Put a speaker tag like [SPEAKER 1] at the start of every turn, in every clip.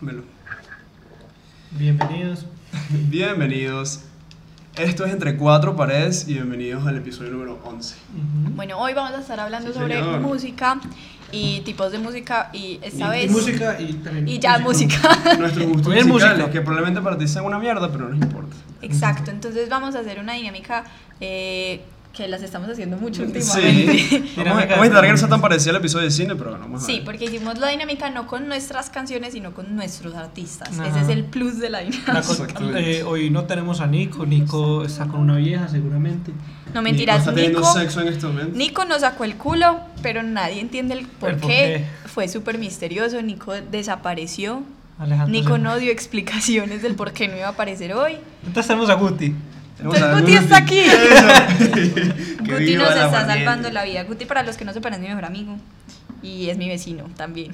[SPEAKER 1] Velo.
[SPEAKER 2] Bienvenidos.
[SPEAKER 1] Bienvenidos. Esto es Entre Cuatro Paredes y bienvenidos al episodio número 11.
[SPEAKER 3] Bueno, hoy vamos a estar hablando
[SPEAKER 1] Sí,
[SPEAKER 3] sobre
[SPEAKER 1] señor.
[SPEAKER 3] música y tipos de música y esta
[SPEAKER 2] Y- y
[SPEAKER 3] vez...
[SPEAKER 2] música y también.
[SPEAKER 3] y ya música.
[SPEAKER 1] Nuestros gustos
[SPEAKER 2] Oye,
[SPEAKER 1] musicales,
[SPEAKER 2] música.
[SPEAKER 1] que probablemente para ti sean una mierda, pero no importa.
[SPEAKER 3] Exacto, entonces vamos a hacer una dinámica eh, que las estamos haciendo mucho últimamente.
[SPEAKER 1] Sí.
[SPEAKER 3] Sí.
[SPEAKER 1] Vamos a vamos a intentar que no sea tan parecido al episodio de cine, pero bueno, vamos a ver.
[SPEAKER 3] porque hicimos la dinámica no con nuestras canciones, sino con nuestros artistas.
[SPEAKER 2] Ajá.
[SPEAKER 3] Ese es el plus de la dinámica.
[SPEAKER 2] La co-
[SPEAKER 1] Exactamente.
[SPEAKER 2] eh, hoy no tenemos a Nico. Nico está con una vieja, seguramente.
[SPEAKER 3] No
[SPEAKER 1] Nico
[SPEAKER 3] mentiras,
[SPEAKER 1] está teniendo
[SPEAKER 3] Nico,
[SPEAKER 1] sexo en este momento.
[SPEAKER 3] Nico nos sacó el culo, pero nadie entiende el por,
[SPEAKER 2] ¿El por
[SPEAKER 3] qué. Fue súper misterioso, Nico desapareció.
[SPEAKER 1] Ah,
[SPEAKER 2] Alejandro.
[SPEAKER 3] Nico
[SPEAKER 2] se-
[SPEAKER 3] no dio explicaciones del por qué no iba a aparecer hoy.
[SPEAKER 2] Entonces tenemos a Guti.
[SPEAKER 1] Tenemos a
[SPEAKER 3] Guti está aquí.
[SPEAKER 1] Eso. Que
[SPEAKER 3] Guti
[SPEAKER 1] viva
[SPEAKER 3] nos
[SPEAKER 1] la
[SPEAKER 3] está
[SPEAKER 1] valiente.
[SPEAKER 3] salvando la vida. Guti, para los que no sepan, es mi mejor amigo. Y es mi vecino también.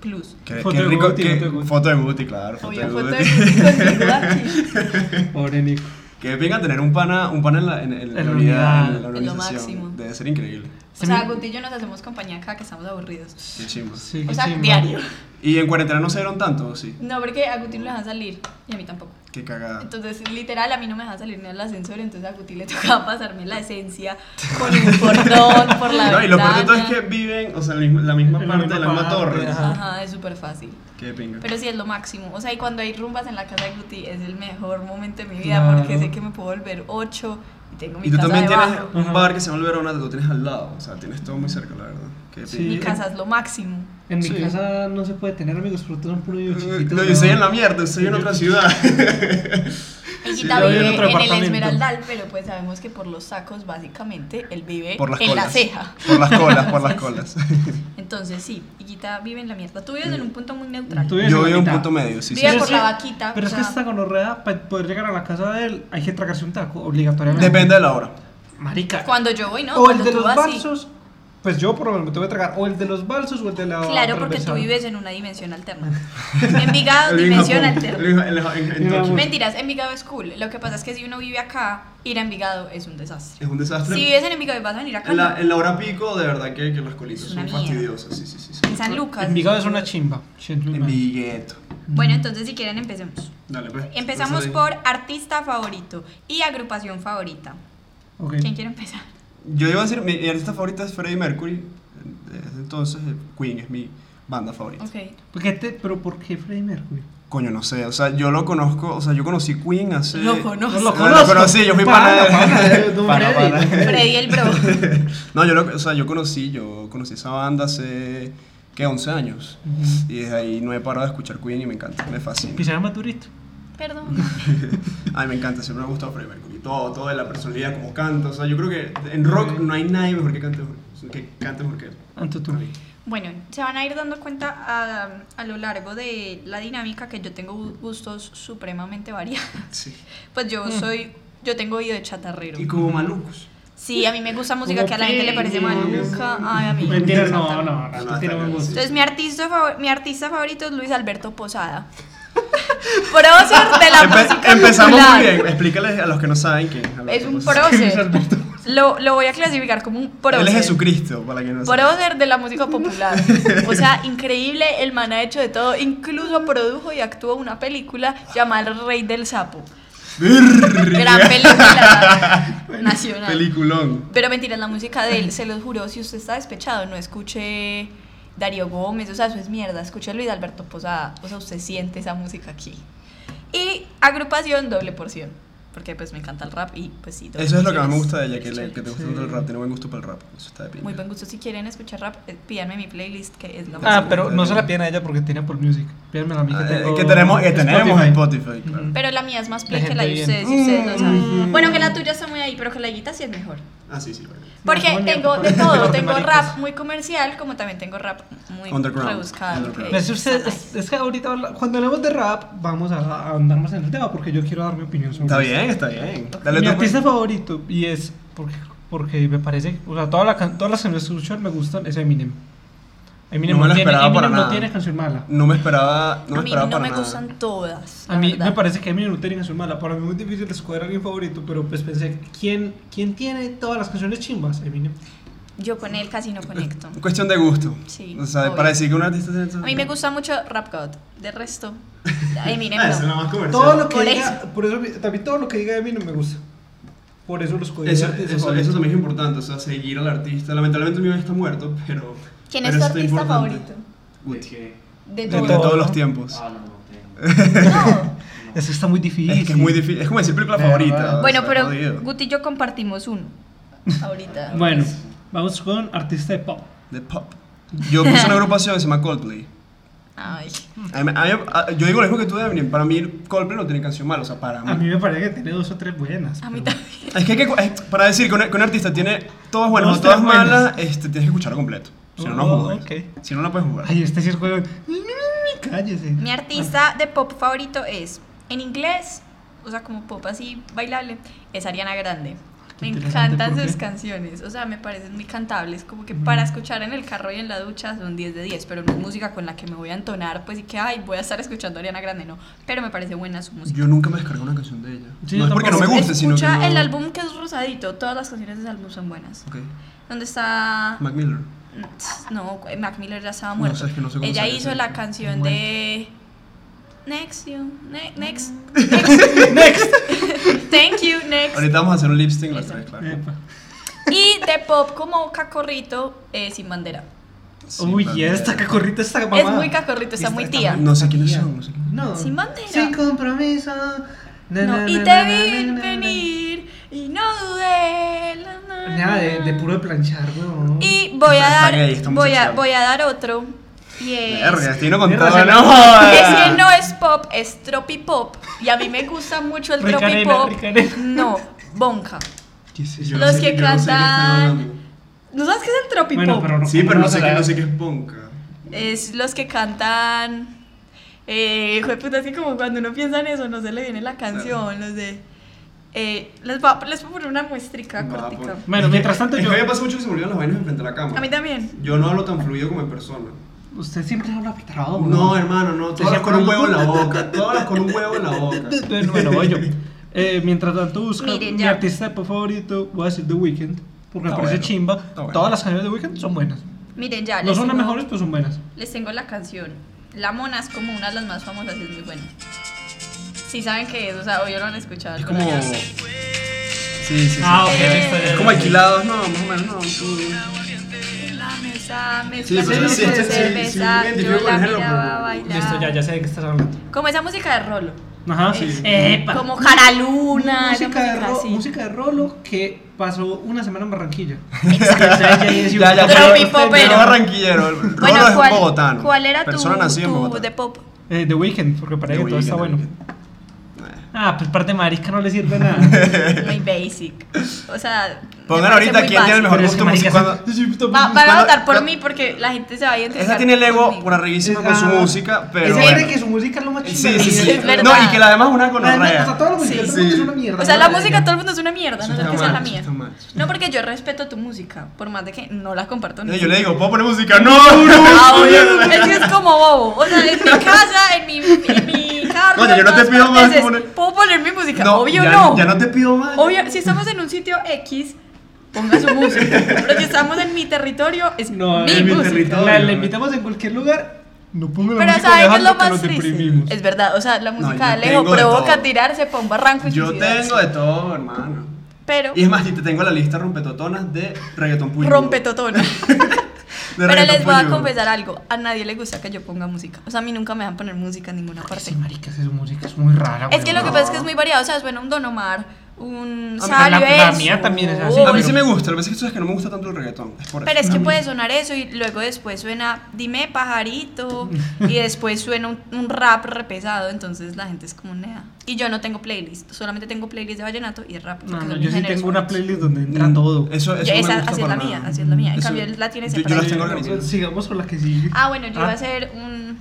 [SPEAKER 3] Plus.
[SPEAKER 1] Qué,
[SPEAKER 2] Foto
[SPEAKER 1] qué
[SPEAKER 2] de
[SPEAKER 1] rico.
[SPEAKER 2] Guti,
[SPEAKER 1] qué-
[SPEAKER 2] foto de Guti.
[SPEAKER 1] foto de Guti, claro. Foto
[SPEAKER 3] Obvio,
[SPEAKER 1] de
[SPEAKER 3] foto de
[SPEAKER 1] Guti.
[SPEAKER 3] Guti conmigo aquí.
[SPEAKER 2] Pobre Nico.
[SPEAKER 1] Que venga tener un pana, un pana en la, en, en la
[SPEAKER 2] En la
[SPEAKER 1] unidad,
[SPEAKER 2] unidad.
[SPEAKER 1] en la
[SPEAKER 3] Es lo
[SPEAKER 1] organización.
[SPEAKER 3] máximo.
[SPEAKER 1] Debe ser increíble.
[SPEAKER 3] O sea, Guti y yo nos hacemos compañía acá que estamos aburridos.
[SPEAKER 1] Qué chimbo.
[SPEAKER 2] Sí,
[SPEAKER 3] O
[SPEAKER 2] qué
[SPEAKER 3] sea,
[SPEAKER 2] chimba.
[SPEAKER 3] diario.
[SPEAKER 1] Y en cuarentena no se dieron tanto, ¿o sí.
[SPEAKER 3] No, porque a Guti no le dejan salir y a mí tampoco.
[SPEAKER 1] Qué cagada.
[SPEAKER 3] Entonces, literal, a mí no me dejan salir ni al ascensor, entonces a Guti le tocaba pasarme la esencia con un cordón por la
[SPEAKER 1] No, y lo peor de todo es
[SPEAKER 3] ventana.
[SPEAKER 1] que viven, o sea, en la misma- la misma
[SPEAKER 2] En la
[SPEAKER 1] parte,
[SPEAKER 2] misma
[SPEAKER 1] la misma
[SPEAKER 2] parte,
[SPEAKER 1] torre.
[SPEAKER 2] ajá.
[SPEAKER 3] Ajá, es súper fácil.
[SPEAKER 1] Qué pinga.
[SPEAKER 3] Pero sí es lo máximo. O sea, y cuando hay rumbas en la casa de Guti es el mejor momento de mi vida
[SPEAKER 2] Claro.
[SPEAKER 3] porque sé que me puedo volver 8 y tengo mi
[SPEAKER 1] y tú
[SPEAKER 3] casa
[SPEAKER 1] también
[SPEAKER 3] debajo.
[SPEAKER 1] tienes un
[SPEAKER 2] Ajá.
[SPEAKER 1] bar que se llama el Verona, lo tienes al lado. O sea, tienes todo muy cerca, la verdad. Qué
[SPEAKER 2] Sí.
[SPEAKER 1] pinga.
[SPEAKER 3] Mi casa es lo máximo.
[SPEAKER 2] En mi
[SPEAKER 1] Sí.
[SPEAKER 2] casa no se puede tener amigos porque todos son puro yo chiquitos.
[SPEAKER 1] No, yo soy en la mierda, yo soy en otra ciudad.
[SPEAKER 3] Y
[SPEAKER 1] Sí,
[SPEAKER 3] Guita
[SPEAKER 1] yo vivo en
[SPEAKER 3] vive
[SPEAKER 2] otro
[SPEAKER 3] en el
[SPEAKER 2] apartamento.
[SPEAKER 3] Esmeraldal, pero pues sabemos que por los sacos básicamente él vive
[SPEAKER 1] Por las
[SPEAKER 3] en
[SPEAKER 1] colas.
[SPEAKER 3] la ceja.
[SPEAKER 1] Por las colas, por las colas.
[SPEAKER 3] Entonces sí, Guita vive en la mierda. Tú vives en un punto muy neutral.
[SPEAKER 2] Tú vives
[SPEAKER 1] Yo
[SPEAKER 2] en
[SPEAKER 1] vivo en
[SPEAKER 2] mitad.
[SPEAKER 1] punto medio, sí, sí.
[SPEAKER 3] Vive
[SPEAKER 1] sí.
[SPEAKER 3] por
[SPEAKER 2] sí.
[SPEAKER 3] la vaquita.
[SPEAKER 2] Pero
[SPEAKER 3] o
[SPEAKER 2] es que
[SPEAKER 3] sea,
[SPEAKER 2] esta gonorrea, para poder llegar a la casa de él, hay que tragarse un taco, obligatoriamente.
[SPEAKER 1] Depende de la hora.
[SPEAKER 2] Marica.
[SPEAKER 3] Cuando yo voy, ¿no?
[SPEAKER 2] o el
[SPEAKER 3] Cuando
[SPEAKER 2] de
[SPEAKER 3] tú
[SPEAKER 2] los
[SPEAKER 3] vas, sí.
[SPEAKER 2] balsos. Pues yo por lo menos me tengo que tragar. O el de los balsos o el de la.
[SPEAKER 3] Claro, porque tú
[SPEAKER 2] transversal.
[SPEAKER 3] vives en una dimensión alterna. Envigado,
[SPEAKER 1] El mismo
[SPEAKER 3] dimensión
[SPEAKER 1] punto,
[SPEAKER 3] alterna.
[SPEAKER 1] el mismo- el- en- en
[SPEAKER 2] El
[SPEAKER 1] Tokio.
[SPEAKER 2] mismo-
[SPEAKER 3] Mentiras, Envigado es cool. Lo que pasa es que si uno vive acá, ir a Envigado es un desastre.
[SPEAKER 1] Es un desastre.
[SPEAKER 3] Si vives en Envigado y vas a venir acá,
[SPEAKER 1] En la,
[SPEAKER 3] no.
[SPEAKER 1] en la hora pico, de verdad que, que las colitas
[SPEAKER 3] Es
[SPEAKER 1] son
[SPEAKER 3] una mierda.
[SPEAKER 1] fastidiosas. Sí, sí, sí. sí.
[SPEAKER 3] en San Lucas.
[SPEAKER 2] Envigado es una Mm. chimba.
[SPEAKER 1] En Vigueto.
[SPEAKER 3] Bueno, entonces si quieren empecemos.
[SPEAKER 1] Dale, pues.
[SPEAKER 3] Empezamos
[SPEAKER 1] Entonces,
[SPEAKER 3] por artista favorito y agrupación favorita.
[SPEAKER 2] Ok.
[SPEAKER 3] ¿Quién quiere empezar?
[SPEAKER 1] Yo iba a decir, mi mi artista favorita es Freddie Mercury. Desde entonces, eh, Queen es mi banda favorita.
[SPEAKER 3] Ok.
[SPEAKER 2] ¿Por qué te- ¿Pero por qué Freddie Mercury?
[SPEAKER 1] Coño, no sé. O sea, yo lo conozco. O sea, yo conocí Queen hace.
[SPEAKER 3] Lo conozco.
[SPEAKER 1] No, lo conocí, yo fui pana.
[SPEAKER 2] de Don
[SPEAKER 1] Pana,
[SPEAKER 2] Freddy.
[SPEAKER 1] pana.
[SPEAKER 3] Freddy el Bro.
[SPEAKER 1] No, yo lo, o sea, yo conocí, yo conocí esa banda hace. ¿Qué? 11 años.
[SPEAKER 2] Ujú.
[SPEAKER 1] Y desde ahí no he parado de escuchar Queen y me encanta, me fascina.
[SPEAKER 2] Quizá más durito.
[SPEAKER 3] Perdón.
[SPEAKER 1] Ay, me encanta, siempre me ha gustado Freddie Mercury. Todo, todo de la personalidad, como canta. O sea, yo creo que en rock no hay nadie mejor que cante, mejor- que cante mejor que él.
[SPEAKER 2] Antes tú.
[SPEAKER 1] Para mí.
[SPEAKER 3] Bueno, se van a ir dando cuenta a, a lo largo de la dinámica que yo tengo gu- gustos supremamente variados.
[SPEAKER 1] Sí.
[SPEAKER 3] Pues
[SPEAKER 2] Mm.
[SPEAKER 3] yo soy, yo tengo oído de chatarrero.
[SPEAKER 1] Y como malucos.
[SPEAKER 3] Sí, a mí me gusta música
[SPEAKER 2] Como
[SPEAKER 3] que a la gente le parece maluca. Ay, a mí. me
[SPEAKER 2] Mentira,
[SPEAKER 3] encanta.
[SPEAKER 2] no, no.
[SPEAKER 1] Ah,
[SPEAKER 2] tú
[SPEAKER 1] no,
[SPEAKER 2] tienes
[SPEAKER 1] está
[SPEAKER 2] buen
[SPEAKER 1] bien, sí.
[SPEAKER 2] gusto.
[SPEAKER 3] Entonces mi artista, favor- mi artista favorito es Luis Alberto Posada. prócer de la
[SPEAKER 1] Empe-
[SPEAKER 3] música
[SPEAKER 1] empezamos
[SPEAKER 3] popular.
[SPEAKER 1] muy bien. Explícales a los que no saben quién es.
[SPEAKER 3] Es un
[SPEAKER 1] pro
[SPEAKER 3] prócer. Lo, lo voy a clasificar como un prócer.
[SPEAKER 1] Él es Jesucristo, para que no saben.
[SPEAKER 3] Brother de la música popular. O sea, increíble, el man ha hecho de todo. Incluso produjo y actuó una película llamada El Rey del Sapo. Gran película nacional.
[SPEAKER 1] Peliculón.
[SPEAKER 3] Pero mentiras, la música de él, se los juro, si usted está despechado, no escuche Darío Gómez, o sea, eso es mierda, escuche Luis Alberto Posada, o sea, usted siente esa música aquí. Y agrupación doble porción, porque pues me encanta el rap y pues sí. doble
[SPEAKER 1] Eso es lo que más me
[SPEAKER 3] porción
[SPEAKER 1] gusta de ella, que, le-
[SPEAKER 3] chévere.
[SPEAKER 1] que te gusta
[SPEAKER 2] Sí.
[SPEAKER 1] tanto el rap. Tiene buen gusto para el rap. Eso está de pinta.
[SPEAKER 3] Muy buen gusto, si quieren escuchar rap, eh, pídanme mi playlist, que es la más...
[SPEAKER 2] Ah, pero no se la piden a ella porque tiene Apple Music. Pídanmela a mí que tengo.
[SPEAKER 1] Ah, eh, que tenemos, que tenemos
[SPEAKER 2] Spotify.
[SPEAKER 1] Spotify, claro.
[SPEAKER 2] Ujú.
[SPEAKER 3] Pero la mía es más
[SPEAKER 2] La
[SPEAKER 3] play que la de
[SPEAKER 2] gente
[SPEAKER 3] ustedes,
[SPEAKER 2] bien.
[SPEAKER 3] y ustedes lo saben.
[SPEAKER 2] Mm.
[SPEAKER 3] Bueno, que la tuya está muy ahí, pero que la guita sí es mejor.
[SPEAKER 1] Ah, sí, sí. bueno.
[SPEAKER 3] Porque
[SPEAKER 2] No,
[SPEAKER 3] tengo
[SPEAKER 2] mierda.
[SPEAKER 3] de todo, tengo
[SPEAKER 2] Maricas.
[SPEAKER 3] rap muy comercial, como también tengo rap muy
[SPEAKER 1] Underground,
[SPEAKER 3] rebuscado.
[SPEAKER 1] underground.
[SPEAKER 3] que
[SPEAKER 2] Pues usted-
[SPEAKER 3] está
[SPEAKER 2] es, es que ahorita habla- cuando hablemos de rap vamos a, a ahondar más en el tema porque yo quiero dar mi opinión sobre
[SPEAKER 1] Está
[SPEAKER 2] esto.
[SPEAKER 1] bien, está bien.
[SPEAKER 2] Mi
[SPEAKER 1] tú,
[SPEAKER 2] artista
[SPEAKER 1] pues.
[SPEAKER 2] favorito y es porque, porque me parece, o sea, toda la can- todas las que me escuchan me gustan es Eminem. Eminem
[SPEAKER 1] No me lo
[SPEAKER 2] tiene,
[SPEAKER 1] esperaba para
[SPEAKER 2] Eminem no
[SPEAKER 1] nada.
[SPEAKER 2] tiene canción mala.
[SPEAKER 1] No me esperaba. No me
[SPEAKER 3] a mí
[SPEAKER 1] esperaba
[SPEAKER 3] no
[SPEAKER 1] para
[SPEAKER 3] me
[SPEAKER 1] nada.
[SPEAKER 3] gustan todas.
[SPEAKER 2] A
[SPEAKER 3] la
[SPEAKER 2] mí
[SPEAKER 3] verdad.
[SPEAKER 2] me parece que Eminem no tiene canción mala. Para mí es muy difícil escoger a alguien favorito, pero pues pensé, ¿quién, quién tiene todas las canciones chimbas? Eminem.
[SPEAKER 3] Yo con él casi no conecto.
[SPEAKER 1] Cuestión de gusto.
[SPEAKER 3] Sí,
[SPEAKER 1] O sea,
[SPEAKER 3] obvio.
[SPEAKER 1] para decir que un artista tiene
[SPEAKER 3] A mí me gusta mucho Rap God. De resto, Eminem
[SPEAKER 1] Ah, eso es lo
[SPEAKER 3] no.
[SPEAKER 1] más comercial.
[SPEAKER 2] Todo lo que
[SPEAKER 3] Por
[SPEAKER 2] diga, por eso, también todo lo que diga de mí no me gusta. Por eso los códigos.
[SPEAKER 1] Eso, eso, eso también es importante, o sea, seguir al artista. Lamentablemente mi está muerto, pero.
[SPEAKER 3] ¿Quién
[SPEAKER 1] pero
[SPEAKER 3] es
[SPEAKER 1] está
[SPEAKER 3] tu artista
[SPEAKER 1] importante.
[SPEAKER 3] favorito?
[SPEAKER 1] Guti.
[SPEAKER 4] que-
[SPEAKER 3] De
[SPEAKER 1] De,
[SPEAKER 3] todo.
[SPEAKER 1] de todos
[SPEAKER 2] ¿no?
[SPEAKER 1] los tiempos.
[SPEAKER 4] Ah, no, no tengo.
[SPEAKER 3] No.
[SPEAKER 4] No.
[SPEAKER 2] Eso está muy difícil.
[SPEAKER 1] es que es muy difícil. Es como decir película
[SPEAKER 2] De verdad.
[SPEAKER 1] favorita. o
[SPEAKER 3] Bueno,
[SPEAKER 1] sea,
[SPEAKER 3] pero
[SPEAKER 1] jodido.
[SPEAKER 3] Guti y yo compartimos uno. Ahorita.
[SPEAKER 2] Bueno, vamos con artista de pop.
[SPEAKER 1] De pop. Yo puse una agrupación que se llama Coldplay.
[SPEAKER 3] Ay.
[SPEAKER 1] A mí- a mí- a- yo digo lo mismo que tú, Devin. Para mí, Coldplay no tiene canción mala, o sea, para
[SPEAKER 2] A mí
[SPEAKER 1] mí.
[SPEAKER 2] me parece que tiene dos o tres buenas.
[SPEAKER 3] A mí
[SPEAKER 2] pero-
[SPEAKER 3] también.
[SPEAKER 1] Es que, hay que cu- es- para decir que un, que un artista tiene todas buenas
[SPEAKER 2] Dos,
[SPEAKER 1] o todas
[SPEAKER 2] tres buenas.
[SPEAKER 1] malas, este, tienes que escucharlo completo. Si no, no
[SPEAKER 2] Oh,
[SPEAKER 1] jugas.
[SPEAKER 2] ok.
[SPEAKER 1] Si no, no puedes jugar.
[SPEAKER 2] Ay, este circo. Cállese.
[SPEAKER 3] Mi artista de pop favorito es, en inglés, o sea, como pop así bailable, es Ariana Grande.
[SPEAKER 2] Qué
[SPEAKER 3] Me
[SPEAKER 2] interesante,
[SPEAKER 3] encantan
[SPEAKER 2] ¿por
[SPEAKER 3] sus
[SPEAKER 2] qué?
[SPEAKER 3] canciones, o sea, me parecen muy cantables, como que para escuchar en el carro y en la ducha son 10 de 10, pero no es música con la que me voy a entonar, pues y que, ay, voy a estar escuchando a Ariana Grande, no, pero me parece buena su música.
[SPEAKER 1] Yo nunca me descargué una canción de ella. no
[SPEAKER 2] Sí, yo
[SPEAKER 1] es porque no me
[SPEAKER 2] tampoco.
[SPEAKER 1] guste, sino que.
[SPEAKER 3] Escucha
[SPEAKER 1] no-
[SPEAKER 3] el álbum que es rosadito, todas las canciones de ese álbum son buenas.
[SPEAKER 1] Ok.
[SPEAKER 3] ¿Dónde está...?
[SPEAKER 1] Mac Miller.
[SPEAKER 3] No, Mac Miller ya estaba
[SPEAKER 1] No,
[SPEAKER 3] muerto.
[SPEAKER 1] sabes que no sé cómo
[SPEAKER 3] Ella
[SPEAKER 1] salió
[SPEAKER 3] hizo
[SPEAKER 1] ese.
[SPEAKER 3] la canción
[SPEAKER 2] Muerto.
[SPEAKER 3] de Next You, ne- Next, Next,
[SPEAKER 2] Next.
[SPEAKER 3] Thank You, Next.
[SPEAKER 1] Ahorita vamos a hacer un lipsting las
[SPEAKER 3] Eso.
[SPEAKER 1] tres, claro.
[SPEAKER 2] Epa.
[SPEAKER 3] Y de pop como cacorrito eh, sin bandera.
[SPEAKER 1] Sí,
[SPEAKER 2] Uy,
[SPEAKER 1] Mac
[SPEAKER 2] y
[SPEAKER 1] Miller.
[SPEAKER 2] esta cacorrita, esta mamá.
[SPEAKER 3] Es muy cacorrito, está muy tía.
[SPEAKER 1] No sé quiénes son, no sé quiénes.
[SPEAKER 2] No.
[SPEAKER 3] Sin bandera.
[SPEAKER 2] Sin compromiso. Na,
[SPEAKER 3] No,
[SPEAKER 2] na,
[SPEAKER 3] y
[SPEAKER 2] na,
[SPEAKER 3] te
[SPEAKER 2] na,
[SPEAKER 3] vi
[SPEAKER 2] na, na, na.
[SPEAKER 3] venir y no dudé. la, na,
[SPEAKER 2] Nada, de,
[SPEAKER 3] na.
[SPEAKER 2] de puro de planchar, weón.
[SPEAKER 3] Y voy a
[SPEAKER 1] Está
[SPEAKER 3] dar,
[SPEAKER 1] gay, está
[SPEAKER 3] voy a,
[SPEAKER 1] homosexual.
[SPEAKER 3] voy a dar otro. Y es-
[SPEAKER 1] Verga, estoy no con
[SPEAKER 2] Mierda,
[SPEAKER 1] todo,
[SPEAKER 2] se-
[SPEAKER 1] no
[SPEAKER 3] Es que
[SPEAKER 1] jodas.
[SPEAKER 3] no es pop, es tropipop. Y a mí me gusta mucho el
[SPEAKER 2] Ricarena,
[SPEAKER 3] tropipop.
[SPEAKER 2] Ricarena.
[SPEAKER 3] No, bonca.
[SPEAKER 1] ¿Qué es eso? Yo
[SPEAKER 3] Los
[SPEAKER 1] sé
[SPEAKER 3] que
[SPEAKER 1] yo sé qué están
[SPEAKER 3] cantan-
[SPEAKER 1] hablando.
[SPEAKER 3] ¿No sabes qué es el tropipop?
[SPEAKER 2] Bueno, pero no.
[SPEAKER 1] Sí, pero
[SPEAKER 2] ¿cómo
[SPEAKER 1] no sé,
[SPEAKER 2] vas a
[SPEAKER 1] qué, no
[SPEAKER 2] la-
[SPEAKER 1] sé qué es ponca.
[SPEAKER 3] Es los que cantan. Eh, jueputa, es que como cuando uno piensa en eso, no se le viene la canción, los de. eh, les, va- les voy a poner una muestrica
[SPEAKER 1] Va,
[SPEAKER 3] cortica.
[SPEAKER 1] por-
[SPEAKER 2] Bueno,
[SPEAKER 1] pues. Es que-
[SPEAKER 2] mientras tanto
[SPEAKER 1] es
[SPEAKER 2] yo-
[SPEAKER 1] que A mí me pasa mucho que se me olvidan las vainas enfrente de la cámara.
[SPEAKER 3] A mí también.
[SPEAKER 1] Yo no hablo tan fluido como en persona.
[SPEAKER 2] Usted siempre habla petrado,
[SPEAKER 1] No, hermano, no. Tú
[SPEAKER 2] Te
[SPEAKER 1] hablas
[SPEAKER 2] siempre
[SPEAKER 1] con un
[SPEAKER 2] lo-
[SPEAKER 1] huevo en la boca. Tú hablas con un huevo en la boca.
[SPEAKER 2] Bueno, bueno, voy yo. Eh, mientras tanto busco
[SPEAKER 3] Miren,
[SPEAKER 2] mi
[SPEAKER 3] ya.
[SPEAKER 2] artista de pop favorito, voy a decir The Weeknd, porque me
[SPEAKER 1] Está
[SPEAKER 2] parece
[SPEAKER 1] bueno,
[SPEAKER 2] chimba.
[SPEAKER 1] está bueno.
[SPEAKER 2] Todas las canciones de The Weeknd son buenas.
[SPEAKER 3] Miren, ya.
[SPEAKER 2] No
[SPEAKER 3] les
[SPEAKER 2] son las
[SPEAKER 3] tengo-
[SPEAKER 2] mejores, pero son buenas.
[SPEAKER 3] Les tengo la canción. La mona es como una de las más famosas y es muy buena. Si saben que es, o sea, hoy lo han escuchado.
[SPEAKER 1] Es
[SPEAKER 3] alguna
[SPEAKER 1] como.
[SPEAKER 3] vez.
[SPEAKER 1] Sí, sí, sí.
[SPEAKER 2] Ah, ok,
[SPEAKER 3] listo, ya,
[SPEAKER 1] Es como alquilados, no, más o menos, no. tú-
[SPEAKER 3] La mesa, mesa,
[SPEAKER 1] Sí,
[SPEAKER 3] llena
[SPEAKER 1] pero
[SPEAKER 3] de
[SPEAKER 1] sí, sí, sí, sí,
[SPEAKER 3] cerveza,
[SPEAKER 1] me identifico
[SPEAKER 3] yo la
[SPEAKER 1] con el género,
[SPEAKER 3] miraba
[SPEAKER 1] pero-
[SPEAKER 3] bailar.
[SPEAKER 2] Listo, ya, ya sé de qué estás hablando.
[SPEAKER 3] Como esa música de rolo.
[SPEAKER 2] Ajá, sí.
[SPEAKER 3] Eh, como Jaraluna, esa
[SPEAKER 2] música, de ro-
[SPEAKER 3] así.
[SPEAKER 2] música de rolo que pasó una semana en Barranquilla.
[SPEAKER 1] Ya, ya, pero-
[SPEAKER 3] Tropi popero.
[SPEAKER 1] No barranquillero, el Rolo
[SPEAKER 3] Bueno,
[SPEAKER 1] es
[SPEAKER 3] ¿cuál,
[SPEAKER 1] bogotano.
[SPEAKER 3] ¿cuál era tu,
[SPEAKER 1] Persona nacida en
[SPEAKER 3] tu
[SPEAKER 1] Bogotá.
[SPEAKER 3] de pop?
[SPEAKER 2] Eh, The Weeknd, porque parece
[SPEAKER 1] The
[SPEAKER 2] que todo está
[SPEAKER 1] Weeknd,
[SPEAKER 2] bueno.
[SPEAKER 1] The Weeknd.
[SPEAKER 2] Ah, pues parte marica no le sirve nada.
[SPEAKER 3] Muy basic. O sea, me
[SPEAKER 1] Pongan
[SPEAKER 3] parece
[SPEAKER 1] ahorita
[SPEAKER 3] muy
[SPEAKER 1] quién tiene el
[SPEAKER 3] básico.
[SPEAKER 1] mejor
[SPEAKER 2] Pero es
[SPEAKER 1] gusto
[SPEAKER 2] que marica,
[SPEAKER 1] musical. Cuando-
[SPEAKER 3] Va- van a
[SPEAKER 1] Cuando-
[SPEAKER 3] votar por
[SPEAKER 1] cuando-
[SPEAKER 3] mí porque la gente se va a identificar.
[SPEAKER 1] Esa tiene el ego
[SPEAKER 3] conmigo.
[SPEAKER 1] borraguísima con su
[SPEAKER 2] Ah,
[SPEAKER 1] música, pero.
[SPEAKER 2] Esa
[SPEAKER 1] bueno.
[SPEAKER 2] cree que su música es lo más
[SPEAKER 1] Sí,
[SPEAKER 2] chingada.
[SPEAKER 1] sí, sí.
[SPEAKER 3] Es verdad.
[SPEAKER 1] No, y que la demás es una
[SPEAKER 2] Además, O sea,
[SPEAKER 1] gonorrea.
[SPEAKER 2] toda la
[SPEAKER 1] Sí,
[SPEAKER 2] música, todo el
[SPEAKER 1] sí.
[SPEAKER 2] mundo es una mierda.
[SPEAKER 3] O sea, la
[SPEAKER 2] Madre.
[SPEAKER 3] música de todo el mundo es una mierda,
[SPEAKER 1] Eso
[SPEAKER 3] no sé
[SPEAKER 1] está
[SPEAKER 3] que sea
[SPEAKER 1] mal,
[SPEAKER 3] la
[SPEAKER 1] eso
[SPEAKER 3] mía.
[SPEAKER 1] está mal.
[SPEAKER 3] No, porque yo respeto tu música, por más de que no la comparto.
[SPEAKER 1] No,
[SPEAKER 3] ni-
[SPEAKER 1] Eh, Yo le digo, ¿puedo poner música? ¡No, no,
[SPEAKER 3] Ah,
[SPEAKER 1] no!
[SPEAKER 3] bueno,
[SPEAKER 1] mierda.
[SPEAKER 3] es que es como bobo. O sea, en mi casa, en mi, en mi carro.
[SPEAKER 1] Oye, yo
[SPEAKER 3] en
[SPEAKER 1] no te
[SPEAKER 3] todas
[SPEAKER 1] pido más
[SPEAKER 3] partes, es,
[SPEAKER 1] poner-
[SPEAKER 3] ¿Puedo poner mi música? Obvio
[SPEAKER 1] ya,
[SPEAKER 3] no.
[SPEAKER 1] Ya no te pido más.
[SPEAKER 3] Obvio, si estamos en un sitio X, ponga su música. Pero si estamos en mi territorio, es
[SPEAKER 2] No,
[SPEAKER 3] mi
[SPEAKER 2] en mi
[SPEAKER 3] música.
[SPEAKER 1] territorio.
[SPEAKER 2] La, la invitamos en cualquier lugar. No pongo la
[SPEAKER 3] Pero
[SPEAKER 2] música de
[SPEAKER 3] ¿saben qué es
[SPEAKER 2] Alejandro
[SPEAKER 3] lo
[SPEAKER 2] que
[SPEAKER 3] más
[SPEAKER 2] nos
[SPEAKER 3] triste?
[SPEAKER 2] deprimimos.
[SPEAKER 3] Es verdad, o sea, la música de
[SPEAKER 1] yo
[SPEAKER 3] Alejo
[SPEAKER 1] tengo de
[SPEAKER 3] provoca
[SPEAKER 1] todo.
[SPEAKER 3] tirarse para un barranco y
[SPEAKER 1] Yo
[SPEAKER 3] suicidarse.
[SPEAKER 1] tengo de todo, hermano.
[SPEAKER 3] Pero
[SPEAKER 1] Y es más, si te tengo la lista rompetotonas de reggaetón puño.
[SPEAKER 3] rompe totona.
[SPEAKER 1] De
[SPEAKER 3] Pero
[SPEAKER 1] reggaetón
[SPEAKER 3] les voy a
[SPEAKER 1] puñudo.
[SPEAKER 3] confesar algo, a nadie le gusta que yo ponga música. O sea, a mí nunca me dejan poner música en ninguna parte.
[SPEAKER 2] Sí, marica, esa música es muy
[SPEAKER 1] Ah,
[SPEAKER 2] rara.
[SPEAKER 3] Es que lo que
[SPEAKER 2] weón.
[SPEAKER 3] pasa es que es muy variado, o sea, es bueno un Don Omar, un
[SPEAKER 1] A mí-
[SPEAKER 3] Sabio
[SPEAKER 2] la- la
[SPEAKER 3] Enzo,
[SPEAKER 2] mía también es así,
[SPEAKER 1] A mí
[SPEAKER 2] Pero-
[SPEAKER 1] sí me gusta, lo que pasa es que es que no me gusta tanto el reggaetón. Es por
[SPEAKER 3] Pero
[SPEAKER 1] eso.
[SPEAKER 3] es que puede sonar eso y luego después suena Dime pajarito y después suena un, un rap repesado, entonces la gente es como nea. Y yo no tengo playlist, solamente tengo playlist de vallenato y de rap. porque
[SPEAKER 2] No,
[SPEAKER 3] son
[SPEAKER 2] no,
[SPEAKER 3] mis
[SPEAKER 2] yo sí
[SPEAKER 3] géneros
[SPEAKER 2] tengo una
[SPEAKER 3] favoritos.
[SPEAKER 2] playlist donde entra todo.
[SPEAKER 1] Eso,
[SPEAKER 3] mm, Yo-
[SPEAKER 1] eso no
[SPEAKER 3] esa-
[SPEAKER 1] me gusta
[SPEAKER 3] así es la
[SPEAKER 1] para
[SPEAKER 3] mía,
[SPEAKER 1] nada.
[SPEAKER 3] así es la mía. En
[SPEAKER 1] Eso-
[SPEAKER 3] cambio, él la tiene
[SPEAKER 1] yo- Yo,
[SPEAKER 3] separada.
[SPEAKER 1] las tengo
[SPEAKER 2] Eh,
[SPEAKER 1] organizadas.
[SPEAKER 2] Sigamos con la que sigue.
[SPEAKER 3] Ah, bueno, yo iba
[SPEAKER 2] Ah.
[SPEAKER 3] a hacer un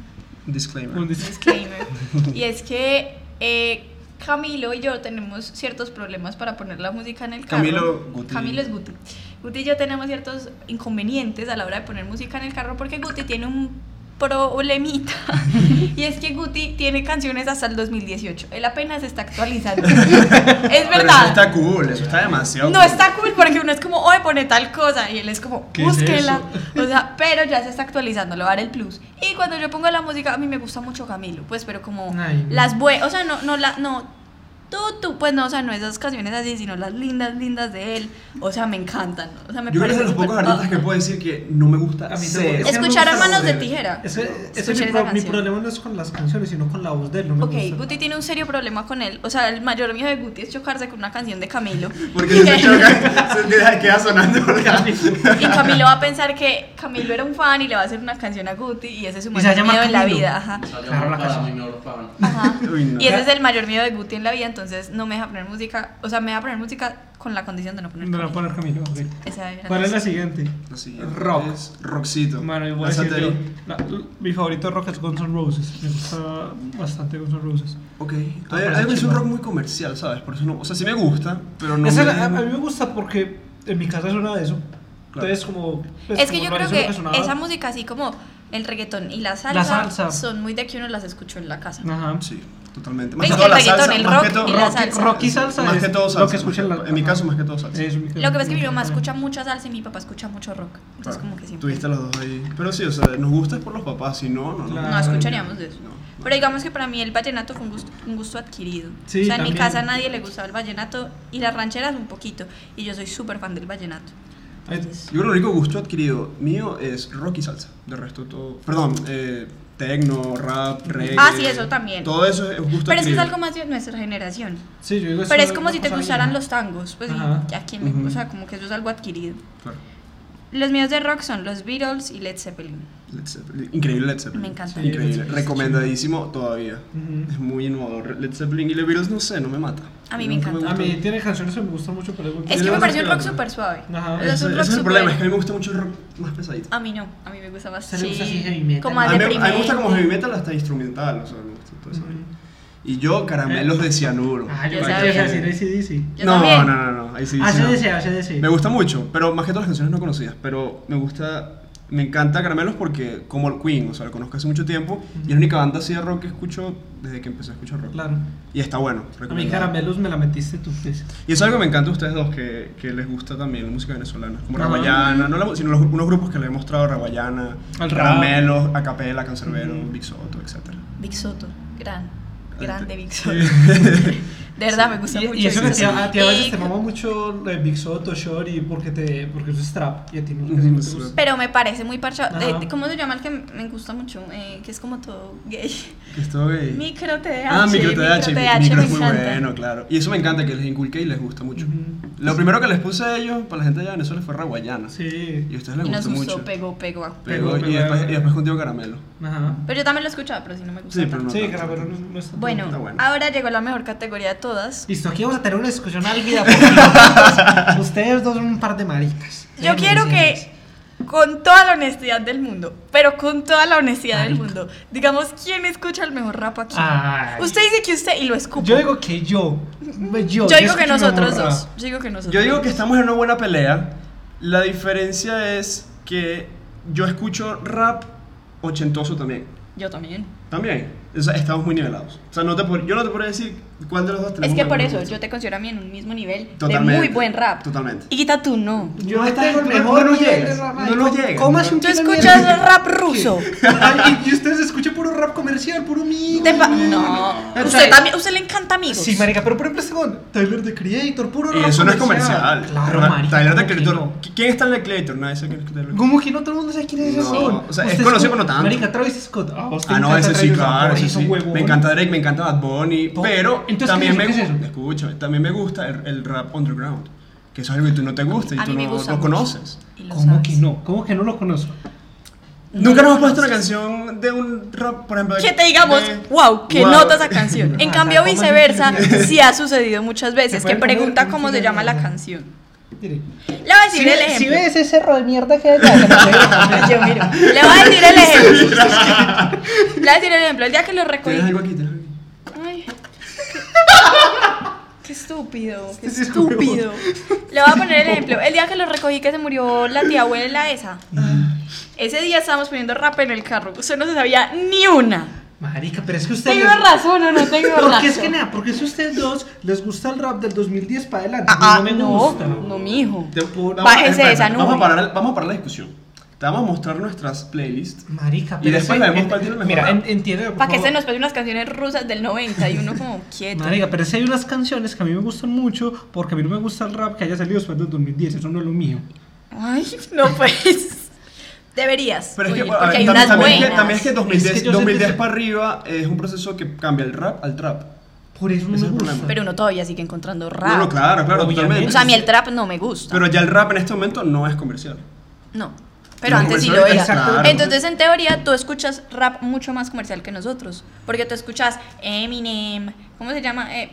[SPEAKER 1] Disclaimer.
[SPEAKER 2] Un dis-
[SPEAKER 3] disclaimer. y es que eh, Camilo y yo tenemos ciertos problemas para poner la música en el carro.
[SPEAKER 1] Camilo Guti.
[SPEAKER 3] Camilo es Guti. Guti y yo tenemos ciertos inconvenientes a la hora de poner música en el carro porque Guti tiene un problemita y es que Guti tiene canciones hasta el 2018. Él apenas está actualizando. es
[SPEAKER 1] Pero eso
[SPEAKER 3] verdad.
[SPEAKER 1] está cool, eso está demasiado
[SPEAKER 3] No
[SPEAKER 1] cool.
[SPEAKER 3] está cool porque uno es como, oye, pone tal cosa y él es como,
[SPEAKER 2] ¿Qué es
[SPEAKER 3] búsquela. o sea, pero ya se está actualizando, lo va a dar el plus. Y cuando yo pongo la música, a mí me gusta mucho Camilo, pues, pero como
[SPEAKER 2] Ay, no.
[SPEAKER 3] las buenas, o sea, no, no, la, no, tú, tú, pues no, o sea, no esas canciones así, sino las lindas, lindas de él. O sea, me encantan. O sea, me
[SPEAKER 1] Yo creo que es de los
[SPEAKER 3] súper
[SPEAKER 1] pocos
[SPEAKER 3] top.
[SPEAKER 1] artistas que puedo decir que no me gusta
[SPEAKER 2] A mí
[SPEAKER 1] cero.
[SPEAKER 2] tampoco.
[SPEAKER 1] O sea, no me
[SPEAKER 3] Escuchar a
[SPEAKER 1] gusta
[SPEAKER 3] manos de
[SPEAKER 1] cero.
[SPEAKER 3] tijera.
[SPEAKER 2] Ese, ese es
[SPEAKER 3] Escuché
[SPEAKER 2] mi,
[SPEAKER 3] esa
[SPEAKER 2] pro- mi
[SPEAKER 3] canción.
[SPEAKER 2] problema no es con las canciones, sino con la voz de él. No me
[SPEAKER 3] Ok,
[SPEAKER 2] gusta.
[SPEAKER 3] Guti tiene un serio problema con él. O sea, el mayor miedo de Guti es chocarse con una canción de Camilo.
[SPEAKER 1] Porque
[SPEAKER 3] Y
[SPEAKER 1] si
[SPEAKER 3] que-
[SPEAKER 1] se choca, se queda, queda sonando por acá.
[SPEAKER 3] Y Camilo va a pensar que Camilo era un fan y le va a hacer una canción a Guti y ese es su
[SPEAKER 2] Y
[SPEAKER 3] mayor
[SPEAKER 2] se llama
[SPEAKER 3] miedo en la
[SPEAKER 2] Camilo.
[SPEAKER 3] vida. Ajá.
[SPEAKER 4] Salió
[SPEAKER 2] Claro, la
[SPEAKER 4] para
[SPEAKER 2] canción.
[SPEAKER 4] mi mejor fan.
[SPEAKER 3] Ajá.
[SPEAKER 1] Uy, no.
[SPEAKER 3] Y ese es el mayor miedo de Guti en la vida, entonces no me deja poner música, o sea, me deja poner música con la condición de no poner
[SPEAKER 2] No la voy a poner
[SPEAKER 3] Camilo.
[SPEAKER 2] Camilo. ok.
[SPEAKER 3] Esa era
[SPEAKER 2] ¿Cuál es la
[SPEAKER 3] nuestra.
[SPEAKER 2] siguiente?
[SPEAKER 1] Lo siguiente
[SPEAKER 2] Rock.
[SPEAKER 1] es Rockcito.
[SPEAKER 2] Bueno, yo voy a
[SPEAKER 1] Lánzate
[SPEAKER 2] decir
[SPEAKER 1] ahí.
[SPEAKER 2] que la- mi favorito rock es Guns N' Roses. Me gusta bastante Guns N' Roses.
[SPEAKER 1] Ok.
[SPEAKER 2] Ah,
[SPEAKER 1] A ver,
[SPEAKER 2] parece
[SPEAKER 1] a mí es un
[SPEAKER 2] chimba.
[SPEAKER 1] rock muy comercial, ¿sabes? Por eso no. O sea, sí me gusta, pero no.
[SPEAKER 2] Esa
[SPEAKER 1] me-
[SPEAKER 2] la- a, a mí me gusta porque en mi casa suena eso. Entonces, como. pues,
[SPEAKER 3] Es que
[SPEAKER 2] como
[SPEAKER 3] yo
[SPEAKER 2] lo-
[SPEAKER 3] creo
[SPEAKER 2] eso es lo
[SPEAKER 3] que
[SPEAKER 2] sonaba.
[SPEAKER 3] esa música así como el reggaetón y la salsa,
[SPEAKER 2] salsa.
[SPEAKER 3] son muy de que uno las escuchó en la casa.
[SPEAKER 2] Ajá.
[SPEAKER 1] Sí, totalmente.
[SPEAKER 3] Ves que el reggaetón, el
[SPEAKER 1] más que
[SPEAKER 3] rock
[SPEAKER 1] todo-
[SPEAKER 3] y la
[SPEAKER 1] rock-
[SPEAKER 3] salsa.
[SPEAKER 2] Rock y salsa
[SPEAKER 1] Más
[SPEAKER 2] es
[SPEAKER 1] que todo
[SPEAKER 2] lo
[SPEAKER 1] salsa.
[SPEAKER 2] que escucha
[SPEAKER 1] más
[SPEAKER 2] la-
[SPEAKER 1] que- En mi
[SPEAKER 2] ajá.
[SPEAKER 1] caso, más que todo salsa.
[SPEAKER 2] Eso, mi-
[SPEAKER 3] Lo que pasa es que mi
[SPEAKER 2] mi-
[SPEAKER 3] mamá escucha mucha salsa y mi papá escucha mucho rock.
[SPEAKER 2] Ah,
[SPEAKER 3] Entonces como que siempre.
[SPEAKER 1] Tuviste los dos ahí. Pero sí, o sea, nos gusta es por los papás, si no, no, no.
[SPEAKER 2] Claro.
[SPEAKER 3] No escucharíamos de eso.
[SPEAKER 1] No, no.
[SPEAKER 3] Pero digamos que para mí el vallenato fue un gusto, un gusto adquirido.
[SPEAKER 2] Sí,
[SPEAKER 3] o sea, en mi
[SPEAKER 2] también.
[SPEAKER 3] casa a nadie le gustaba el vallenato y las rancheras un poquito. Y yo soy súper fan del vallenato.
[SPEAKER 2] Ay,
[SPEAKER 3] Entonces,
[SPEAKER 1] Yo creo que el único gusto adquirido mío es rock y salsa. De resto todo. Perdón, eh, tecno, rap, reggae.
[SPEAKER 3] Ah, sí, eso también.
[SPEAKER 1] Todo eso es gusto
[SPEAKER 3] pero eso es
[SPEAKER 1] Pues adquirido. Pues
[SPEAKER 3] algo más de nuestra generación.
[SPEAKER 2] Sí, yo digo,
[SPEAKER 3] Pero
[SPEAKER 2] eso
[SPEAKER 3] es como si te
[SPEAKER 2] cosa
[SPEAKER 3] gustaran
[SPEAKER 2] vieja.
[SPEAKER 3] los tangos. Pues
[SPEAKER 2] Ajá.
[SPEAKER 3] y a quién me-
[SPEAKER 1] Ujú.
[SPEAKER 3] O sea, como que eso es algo adquirido.
[SPEAKER 1] Claro.
[SPEAKER 3] Los míos de rock son los Beatles y Led Zeppelin.
[SPEAKER 1] Led Zeppelin. Increíble Led Zeppelin.
[SPEAKER 3] Me encanta.
[SPEAKER 2] Sí.
[SPEAKER 1] Increíble.
[SPEAKER 2] Led Zeppelin.
[SPEAKER 1] Recomendadísimo todavía.
[SPEAKER 2] Ujú.
[SPEAKER 1] Es muy innovador. Led Zeppelin y The Beatles, no sé, no me mata.
[SPEAKER 3] A mí me encanta.
[SPEAKER 2] A mí tiene canciones que me gustan mucho, pero es muy-
[SPEAKER 3] Es
[SPEAKER 1] le
[SPEAKER 3] que me
[SPEAKER 1] vas a
[SPEAKER 3] pareció un
[SPEAKER 1] sacar
[SPEAKER 3] rock
[SPEAKER 1] otra.
[SPEAKER 3] súper suave.
[SPEAKER 2] Ajá.
[SPEAKER 3] O sea,
[SPEAKER 1] Ese,
[SPEAKER 3] es
[SPEAKER 1] ese
[SPEAKER 3] un rock
[SPEAKER 1] es el
[SPEAKER 3] súper-
[SPEAKER 1] problema, es que a mí me gusta mucho el rock más pesadito.
[SPEAKER 3] A mí no, a mí me gusta más.
[SPEAKER 2] Se le gusta
[SPEAKER 3] sí,
[SPEAKER 2] así heavy metal.
[SPEAKER 3] Como
[SPEAKER 1] A
[SPEAKER 3] más
[SPEAKER 1] mí, me- a mí me
[SPEAKER 3] Ah, deprimente.
[SPEAKER 1] gusta como heavy metal hasta instrumental, o sea, me gusta todo eso. Y yo, caramelos de cianuro.
[SPEAKER 2] Ah, yo
[SPEAKER 3] Ya
[SPEAKER 2] pensé Pues, que ibas a
[SPEAKER 3] sabía.
[SPEAKER 2] decir
[SPEAKER 3] Yo
[SPEAKER 1] no,
[SPEAKER 3] también.
[SPEAKER 1] no, no, no, ahí sí.
[SPEAKER 2] ACDC. Ah,
[SPEAKER 1] sí, no.
[SPEAKER 2] ACDC, ACDC.
[SPEAKER 1] Me gusta mucho, pero más que todas las canciones no conocidas, pero me gusta, me encanta Caramelos porque como el Queen, o sea, lo conozco hace mucho tiempo y es la única banda así de rock que escucho desde que empecé a escuchar rock.
[SPEAKER 2] Claro.
[SPEAKER 1] Y está bueno,
[SPEAKER 2] A mí
[SPEAKER 1] recomendado.
[SPEAKER 2] caramelos me la metiste tú, pues.
[SPEAKER 1] Y eso es algo que me encanta a ustedes dos, que, que les gusta también la música venezolana, como
[SPEAKER 2] Ajá.
[SPEAKER 1] Raguayana, no la mu- sino los, unos grupos que les he mostrado, Raguayana,
[SPEAKER 2] Al rap.
[SPEAKER 1] Caramelos, Acapela, Cancerbero,
[SPEAKER 2] Ujú.
[SPEAKER 1] Big Soto, etc.
[SPEAKER 3] Big Soto, gran,
[SPEAKER 1] te-
[SPEAKER 3] grande Big
[SPEAKER 1] sí.
[SPEAKER 3] Soto. De verdad, me gusta
[SPEAKER 2] Y,
[SPEAKER 3] mucho.
[SPEAKER 2] y eso que
[SPEAKER 3] Big
[SPEAKER 2] te-
[SPEAKER 3] Soto.
[SPEAKER 2] a ti a veces
[SPEAKER 3] Y-
[SPEAKER 2] te mama mucho lo de Big Soto, Shorty, porque, te, porque eso es trap. Y a ti no,
[SPEAKER 1] Ujú,
[SPEAKER 2] eso no te
[SPEAKER 1] es
[SPEAKER 2] gusta.
[SPEAKER 3] Pero me parece muy parchado.
[SPEAKER 2] Ajá.
[SPEAKER 3] Eh, ¿Cómo se llama el que me gusta mucho? Eh, que es como todo gay.
[SPEAKER 1] Que estoy...
[SPEAKER 3] Micro TDH.
[SPEAKER 1] Ah, micro TDH, mi- micro
[SPEAKER 3] me
[SPEAKER 1] es muy
[SPEAKER 3] encanta.
[SPEAKER 1] bueno, claro. Y eso me encanta, que les inculque y les gusta mucho.
[SPEAKER 2] Ujú.
[SPEAKER 1] Lo primero que les puse a ellos, para la gente allá de Venezuela, fue Raguayana. Y a
[SPEAKER 2] Sí.
[SPEAKER 1] ustedes les
[SPEAKER 3] Y nos
[SPEAKER 1] gustó
[SPEAKER 3] gustó,
[SPEAKER 1] mucho.
[SPEAKER 3] pegó, pegó. a-
[SPEAKER 1] Pegó,
[SPEAKER 2] Pegó,
[SPEAKER 1] y,
[SPEAKER 2] pegó,
[SPEAKER 1] después,
[SPEAKER 2] pegó.
[SPEAKER 1] y después contigo caramelo.
[SPEAKER 2] Ajá.
[SPEAKER 3] Pero yo también lo escuchaba, pero sí no me gustó.
[SPEAKER 1] Sí, pero no.
[SPEAKER 2] Sí,
[SPEAKER 1] tanto.
[SPEAKER 2] caramelo no, no está tan-
[SPEAKER 3] Bueno,
[SPEAKER 1] Está bueno.
[SPEAKER 3] ahora llegó la mejor categoría de todas.
[SPEAKER 2] Listo, aquí vamos a tener una discusión álgida. porque Ustedes dos son un par de maricas.
[SPEAKER 3] Yo
[SPEAKER 2] Déjenme
[SPEAKER 3] quiero
[SPEAKER 2] decirles.
[SPEAKER 3] que, con toda la honestidad del mundo, pero con toda la honestidad del
[SPEAKER 2] Marica.
[SPEAKER 3] mundo, digamos quién escucha el mejor rap aquí.
[SPEAKER 2] Ay.
[SPEAKER 3] Usted dice que usted y lo escupo.
[SPEAKER 2] Yo digo que yo. Yo,
[SPEAKER 3] Yo digo que
[SPEAKER 2] escucho
[SPEAKER 3] nosotros
[SPEAKER 2] mejor
[SPEAKER 3] dos.
[SPEAKER 2] rap.
[SPEAKER 3] Yo digo que nosotros.
[SPEAKER 1] Yo digo que
[SPEAKER 3] dos.
[SPEAKER 1] estamos en una buena pelea. La diferencia es que yo escucho rap ochentoso también.
[SPEAKER 3] Yo también.
[SPEAKER 1] También. O sea, estamos muy nivelados. O sea, no te pod- yo no te podría decir cuál de los dos
[SPEAKER 3] Es
[SPEAKER 1] tenemos
[SPEAKER 3] que
[SPEAKER 1] la
[SPEAKER 3] por
[SPEAKER 1] mejor
[SPEAKER 3] eso
[SPEAKER 1] música.
[SPEAKER 3] yo te considero a mí en un mismo nivel de
[SPEAKER 1] Totalmente,
[SPEAKER 3] muy buen rap.
[SPEAKER 1] totalmente.
[SPEAKER 3] Y quita tú no.
[SPEAKER 2] Yo
[SPEAKER 1] No
[SPEAKER 2] tengo el
[SPEAKER 1] está-
[SPEAKER 2] mejor
[SPEAKER 1] no nos
[SPEAKER 2] nivel
[SPEAKER 1] llegas,
[SPEAKER 2] de rap,
[SPEAKER 1] no
[SPEAKER 2] marica.
[SPEAKER 1] nos llegas.
[SPEAKER 2] Cómase un
[SPEAKER 3] Tú
[SPEAKER 2] tiro de
[SPEAKER 3] escuchas
[SPEAKER 2] mierda.
[SPEAKER 3] rap ruso.
[SPEAKER 2] Ay, y ustedes escuchan puro rap comercial, puro mío.
[SPEAKER 3] Te pa- no.
[SPEAKER 2] no.
[SPEAKER 3] Usted también, usted le encanta amigos.
[SPEAKER 2] Sí, marica, pero por ejemplo este con Tyler the Creator, puro
[SPEAKER 1] Y
[SPEAKER 2] rap
[SPEAKER 1] eso no es comercial.
[SPEAKER 2] Claro,
[SPEAKER 1] Ra-
[SPEAKER 2] marica.
[SPEAKER 1] Tyler, de
[SPEAKER 2] ¿cómo que
[SPEAKER 1] Creator.
[SPEAKER 2] no?
[SPEAKER 1] ¿Qui- ¿Quién está en el Creator? Nadie sabe quién es Tyler.
[SPEAKER 2] ¿Cómo que no todo el mundo sabe quién es
[SPEAKER 1] No,
[SPEAKER 2] ese son?
[SPEAKER 1] o sea, es
[SPEAKER 2] Usted
[SPEAKER 1] conocido,
[SPEAKER 2] escucha-
[SPEAKER 1] pero no tanto.
[SPEAKER 2] Marica, Travis Scott. Ah, usted
[SPEAKER 1] Ah, no,
[SPEAKER 2] encanta
[SPEAKER 1] ese sí,
[SPEAKER 2] Travis Scott,
[SPEAKER 1] claro,
[SPEAKER 2] por
[SPEAKER 1] ese
[SPEAKER 2] eso,
[SPEAKER 1] sí.
[SPEAKER 2] huevón.
[SPEAKER 1] Me encanta Drake, me encanta Bad Bunny,
[SPEAKER 2] Todo.
[SPEAKER 1] pero
[SPEAKER 2] Entonces,
[SPEAKER 1] también
[SPEAKER 2] ¿qué
[SPEAKER 1] me
[SPEAKER 2] es eso?
[SPEAKER 1] gusta,
[SPEAKER 2] ¿Qué es eso?
[SPEAKER 1] escúchame, también me gusta el, el rap underground, que eso es algo que tú no te gusta y
[SPEAKER 3] A
[SPEAKER 1] tú
[SPEAKER 3] mí me
[SPEAKER 1] no
[SPEAKER 3] gusta.
[SPEAKER 1] no
[SPEAKER 3] mucho.
[SPEAKER 1] conoces.
[SPEAKER 3] Y lo
[SPEAKER 2] ¿Cómo
[SPEAKER 3] sabes.
[SPEAKER 2] que no? ¿Cómo que no lo conozco?
[SPEAKER 1] Nunca
[SPEAKER 3] lo
[SPEAKER 1] nos has puesto una
[SPEAKER 3] conoces.
[SPEAKER 1] canción de un rap, por ejemplo. de-
[SPEAKER 3] Que te digamos,
[SPEAKER 1] de-
[SPEAKER 3] wow, qué
[SPEAKER 1] Wow.
[SPEAKER 3] nota esa canción. En
[SPEAKER 2] Ah,
[SPEAKER 3] cambio,
[SPEAKER 2] ¿cómo así?
[SPEAKER 3] viceversa, sí ha sucedido muchas veces
[SPEAKER 2] Se
[SPEAKER 3] que
[SPEAKER 2] pueden comer
[SPEAKER 3] pregunta
[SPEAKER 2] un
[SPEAKER 3] cómo se
[SPEAKER 2] kilo de
[SPEAKER 3] llama la
[SPEAKER 2] mierda.
[SPEAKER 3] canción.
[SPEAKER 2] Mire.
[SPEAKER 3] Le voy a decir
[SPEAKER 2] ve-
[SPEAKER 3] el ejemplo.
[SPEAKER 2] ves ese cerro de mierda que hay allá,
[SPEAKER 3] Yo miro. Le voy a decir el ejemplo. Le voy a decir el ejemplo. El día que lo recogí.
[SPEAKER 1] ¿Tienes algo aquí? ¿Tienes algo aquí?
[SPEAKER 3] Ay. Qué estúpido, qué
[SPEAKER 2] sí es huevón.
[SPEAKER 1] Mm.
[SPEAKER 3] estúpido. Le voy a poner el ejemplo. El día que lo recogí que se murió la tía abuela esa. Ese día estábamos poniendo rap en el carro. Usted no se sabía ni una.
[SPEAKER 2] Marica, pero es que usted.
[SPEAKER 3] ¿Tengo razón o no tengo razón?
[SPEAKER 2] Porque es que nada, porque si ustedes dos les gusta el rap del 2010 para adelante,
[SPEAKER 3] Ah,
[SPEAKER 2] a mí no me
[SPEAKER 3] no,
[SPEAKER 2] gusta.
[SPEAKER 3] no, mijo.
[SPEAKER 1] Te- vamos-
[SPEAKER 3] Bájese
[SPEAKER 1] espera, espera,
[SPEAKER 3] de esa
[SPEAKER 1] Vamos a,
[SPEAKER 3] nube.
[SPEAKER 1] parar, vamos a parar la discusión. Te vamos a mostrar nuestras playlists.
[SPEAKER 2] Marica,
[SPEAKER 1] Y
[SPEAKER 2] pero
[SPEAKER 1] después
[SPEAKER 2] es que-
[SPEAKER 1] la vemos
[SPEAKER 2] en-
[SPEAKER 1] cuál tiene el mejor
[SPEAKER 2] Mira,
[SPEAKER 1] rap.
[SPEAKER 2] en- entiéndeme, por
[SPEAKER 3] Para que
[SPEAKER 2] favor.
[SPEAKER 3] se nos pase unas canciones rusas del 90 y uno como quieto.
[SPEAKER 5] Marica, pero si hay unas canciones que a mí me gustan mucho porque a mí no me gusta el rap que haya salido después del 2010, eso no es lo mío.
[SPEAKER 3] Ay, no pues. Deberías.
[SPEAKER 1] Pero es que,
[SPEAKER 3] oír,
[SPEAKER 1] bueno, a ver,
[SPEAKER 3] porque hay
[SPEAKER 1] tam-
[SPEAKER 3] unas
[SPEAKER 1] también, es que,
[SPEAKER 3] buenas.
[SPEAKER 1] también es que 2010,
[SPEAKER 2] Es que yo sé
[SPEAKER 1] 2010
[SPEAKER 2] que se-
[SPEAKER 1] para arriba es un proceso que cambia el rap al trap.
[SPEAKER 2] Por eso
[SPEAKER 1] Ese
[SPEAKER 2] no me
[SPEAKER 1] es el
[SPEAKER 2] gusta.
[SPEAKER 1] problema.
[SPEAKER 3] Pero uno todavía sigue encontrando rap.
[SPEAKER 1] No, no, claro, claro,
[SPEAKER 2] Obviamente.
[SPEAKER 1] totalmente.
[SPEAKER 3] O sea, a mí el trap no me gusta.
[SPEAKER 1] Pero ya el rap en este momento no es comercial.
[SPEAKER 3] no. Pero
[SPEAKER 1] No,
[SPEAKER 3] antes sí
[SPEAKER 1] comercial,
[SPEAKER 3] lo era.
[SPEAKER 1] exacto.
[SPEAKER 3] Entonces, en teoría, tú escuchas rap mucho más comercial que nosotros. Porque tú escuchas Eminem, ¿cómo se llama? Eh,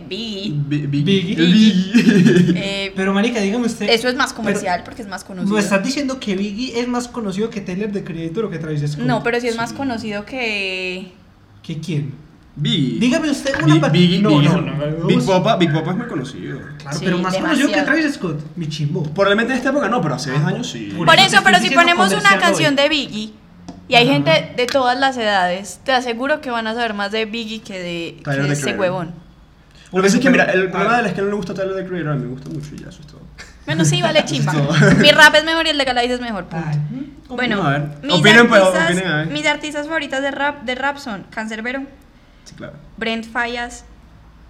[SPEAKER 3] Biggie.
[SPEAKER 1] Bi- bi-
[SPEAKER 2] Biggie.
[SPEAKER 1] Biggie.
[SPEAKER 3] Eh,
[SPEAKER 2] Pero Marica, dígame usted.
[SPEAKER 3] eso es más
[SPEAKER 2] pero-
[SPEAKER 3] comercial porque es más conocido.
[SPEAKER 2] ¿No estás diciendo que Biggie es más conocido que Taylor de Creator o que Travis Scott?
[SPEAKER 3] No, pero sí es más conocido que.
[SPEAKER 2] ¿Que quién?
[SPEAKER 1] Biggie.
[SPEAKER 2] Dígame usted una
[SPEAKER 1] Bi-
[SPEAKER 2] pa-
[SPEAKER 1] Biggie,
[SPEAKER 2] No,
[SPEAKER 1] Biggie.
[SPEAKER 2] no, no.
[SPEAKER 1] Big Popa, Big Popa es muy conocido.
[SPEAKER 2] Claro,
[SPEAKER 3] Sí,
[SPEAKER 2] pero más conocido que
[SPEAKER 3] demasiado.
[SPEAKER 2] Travis Scott. Mi chimbo.
[SPEAKER 1] Probablemente en esta época no, pero hace 10 años sí.
[SPEAKER 2] Por
[SPEAKER 3] Por
[SPEAKER 2] eso
[SPEAKER 3] eso,
[SPEAKER 2] te
[SPEAKER 3] pero
[SPEAKER 2] estoy
[SPEAKER 3] si
[SPEAKER 2] diciendo
[SPEAKER 3] ponemos una
[SPEAKER 2] comercial
[SPEAKER 3] canción
[SPEAKER 2] hoy.
[SPEAKER 3] de Biggie y hay
[SPEAKER 2] Ajá.
[SPEAKER 3] gente de todas las edades, te aseguro que van a saber más de Biggie que de, que
[SPEAKER 1] Tyler,
[SPEAKER 3] de
[SPEAKER 1] The
[SPEAKER 3] ese
[SPEAKER 1] Creator.
[SPEAKER 3] huevón.
[SPEAKER 1] Lo que pasa es que,
[SPEAKER 2] Pero-
[SPEAKER 1] mira, el
[SPEAKER 2] Ah.
[SPEAKER 1] problema de él es que no le gusta Tyler, the Creator. A mí me gusta mucho y ya, eso es todo.
[SPEAKER 3] Bueno, sí, vale chimba.
[SPEAKER 1] Eso.
[SPEAKER 3] Mi rap es mejor y el de Calais es mejor. punto.
[SPEAKER 2] Ay, ¿hmm?
[SPEAKER 3] Bueno,
[SPEAKER 1] a ver.
[SPEAKER 3] mis,
[SPEAKER 1] Opinen, pues,
[SPEAKER 3] artistas,
[SPEAKER 1] opinen, a ver.
[SPEAKER 3] mis artistas favoritas de rap, de rap son Cancerbero,
[SPEAKER 1] Sí, claro.
[SPEAKER 3] Brent Fallas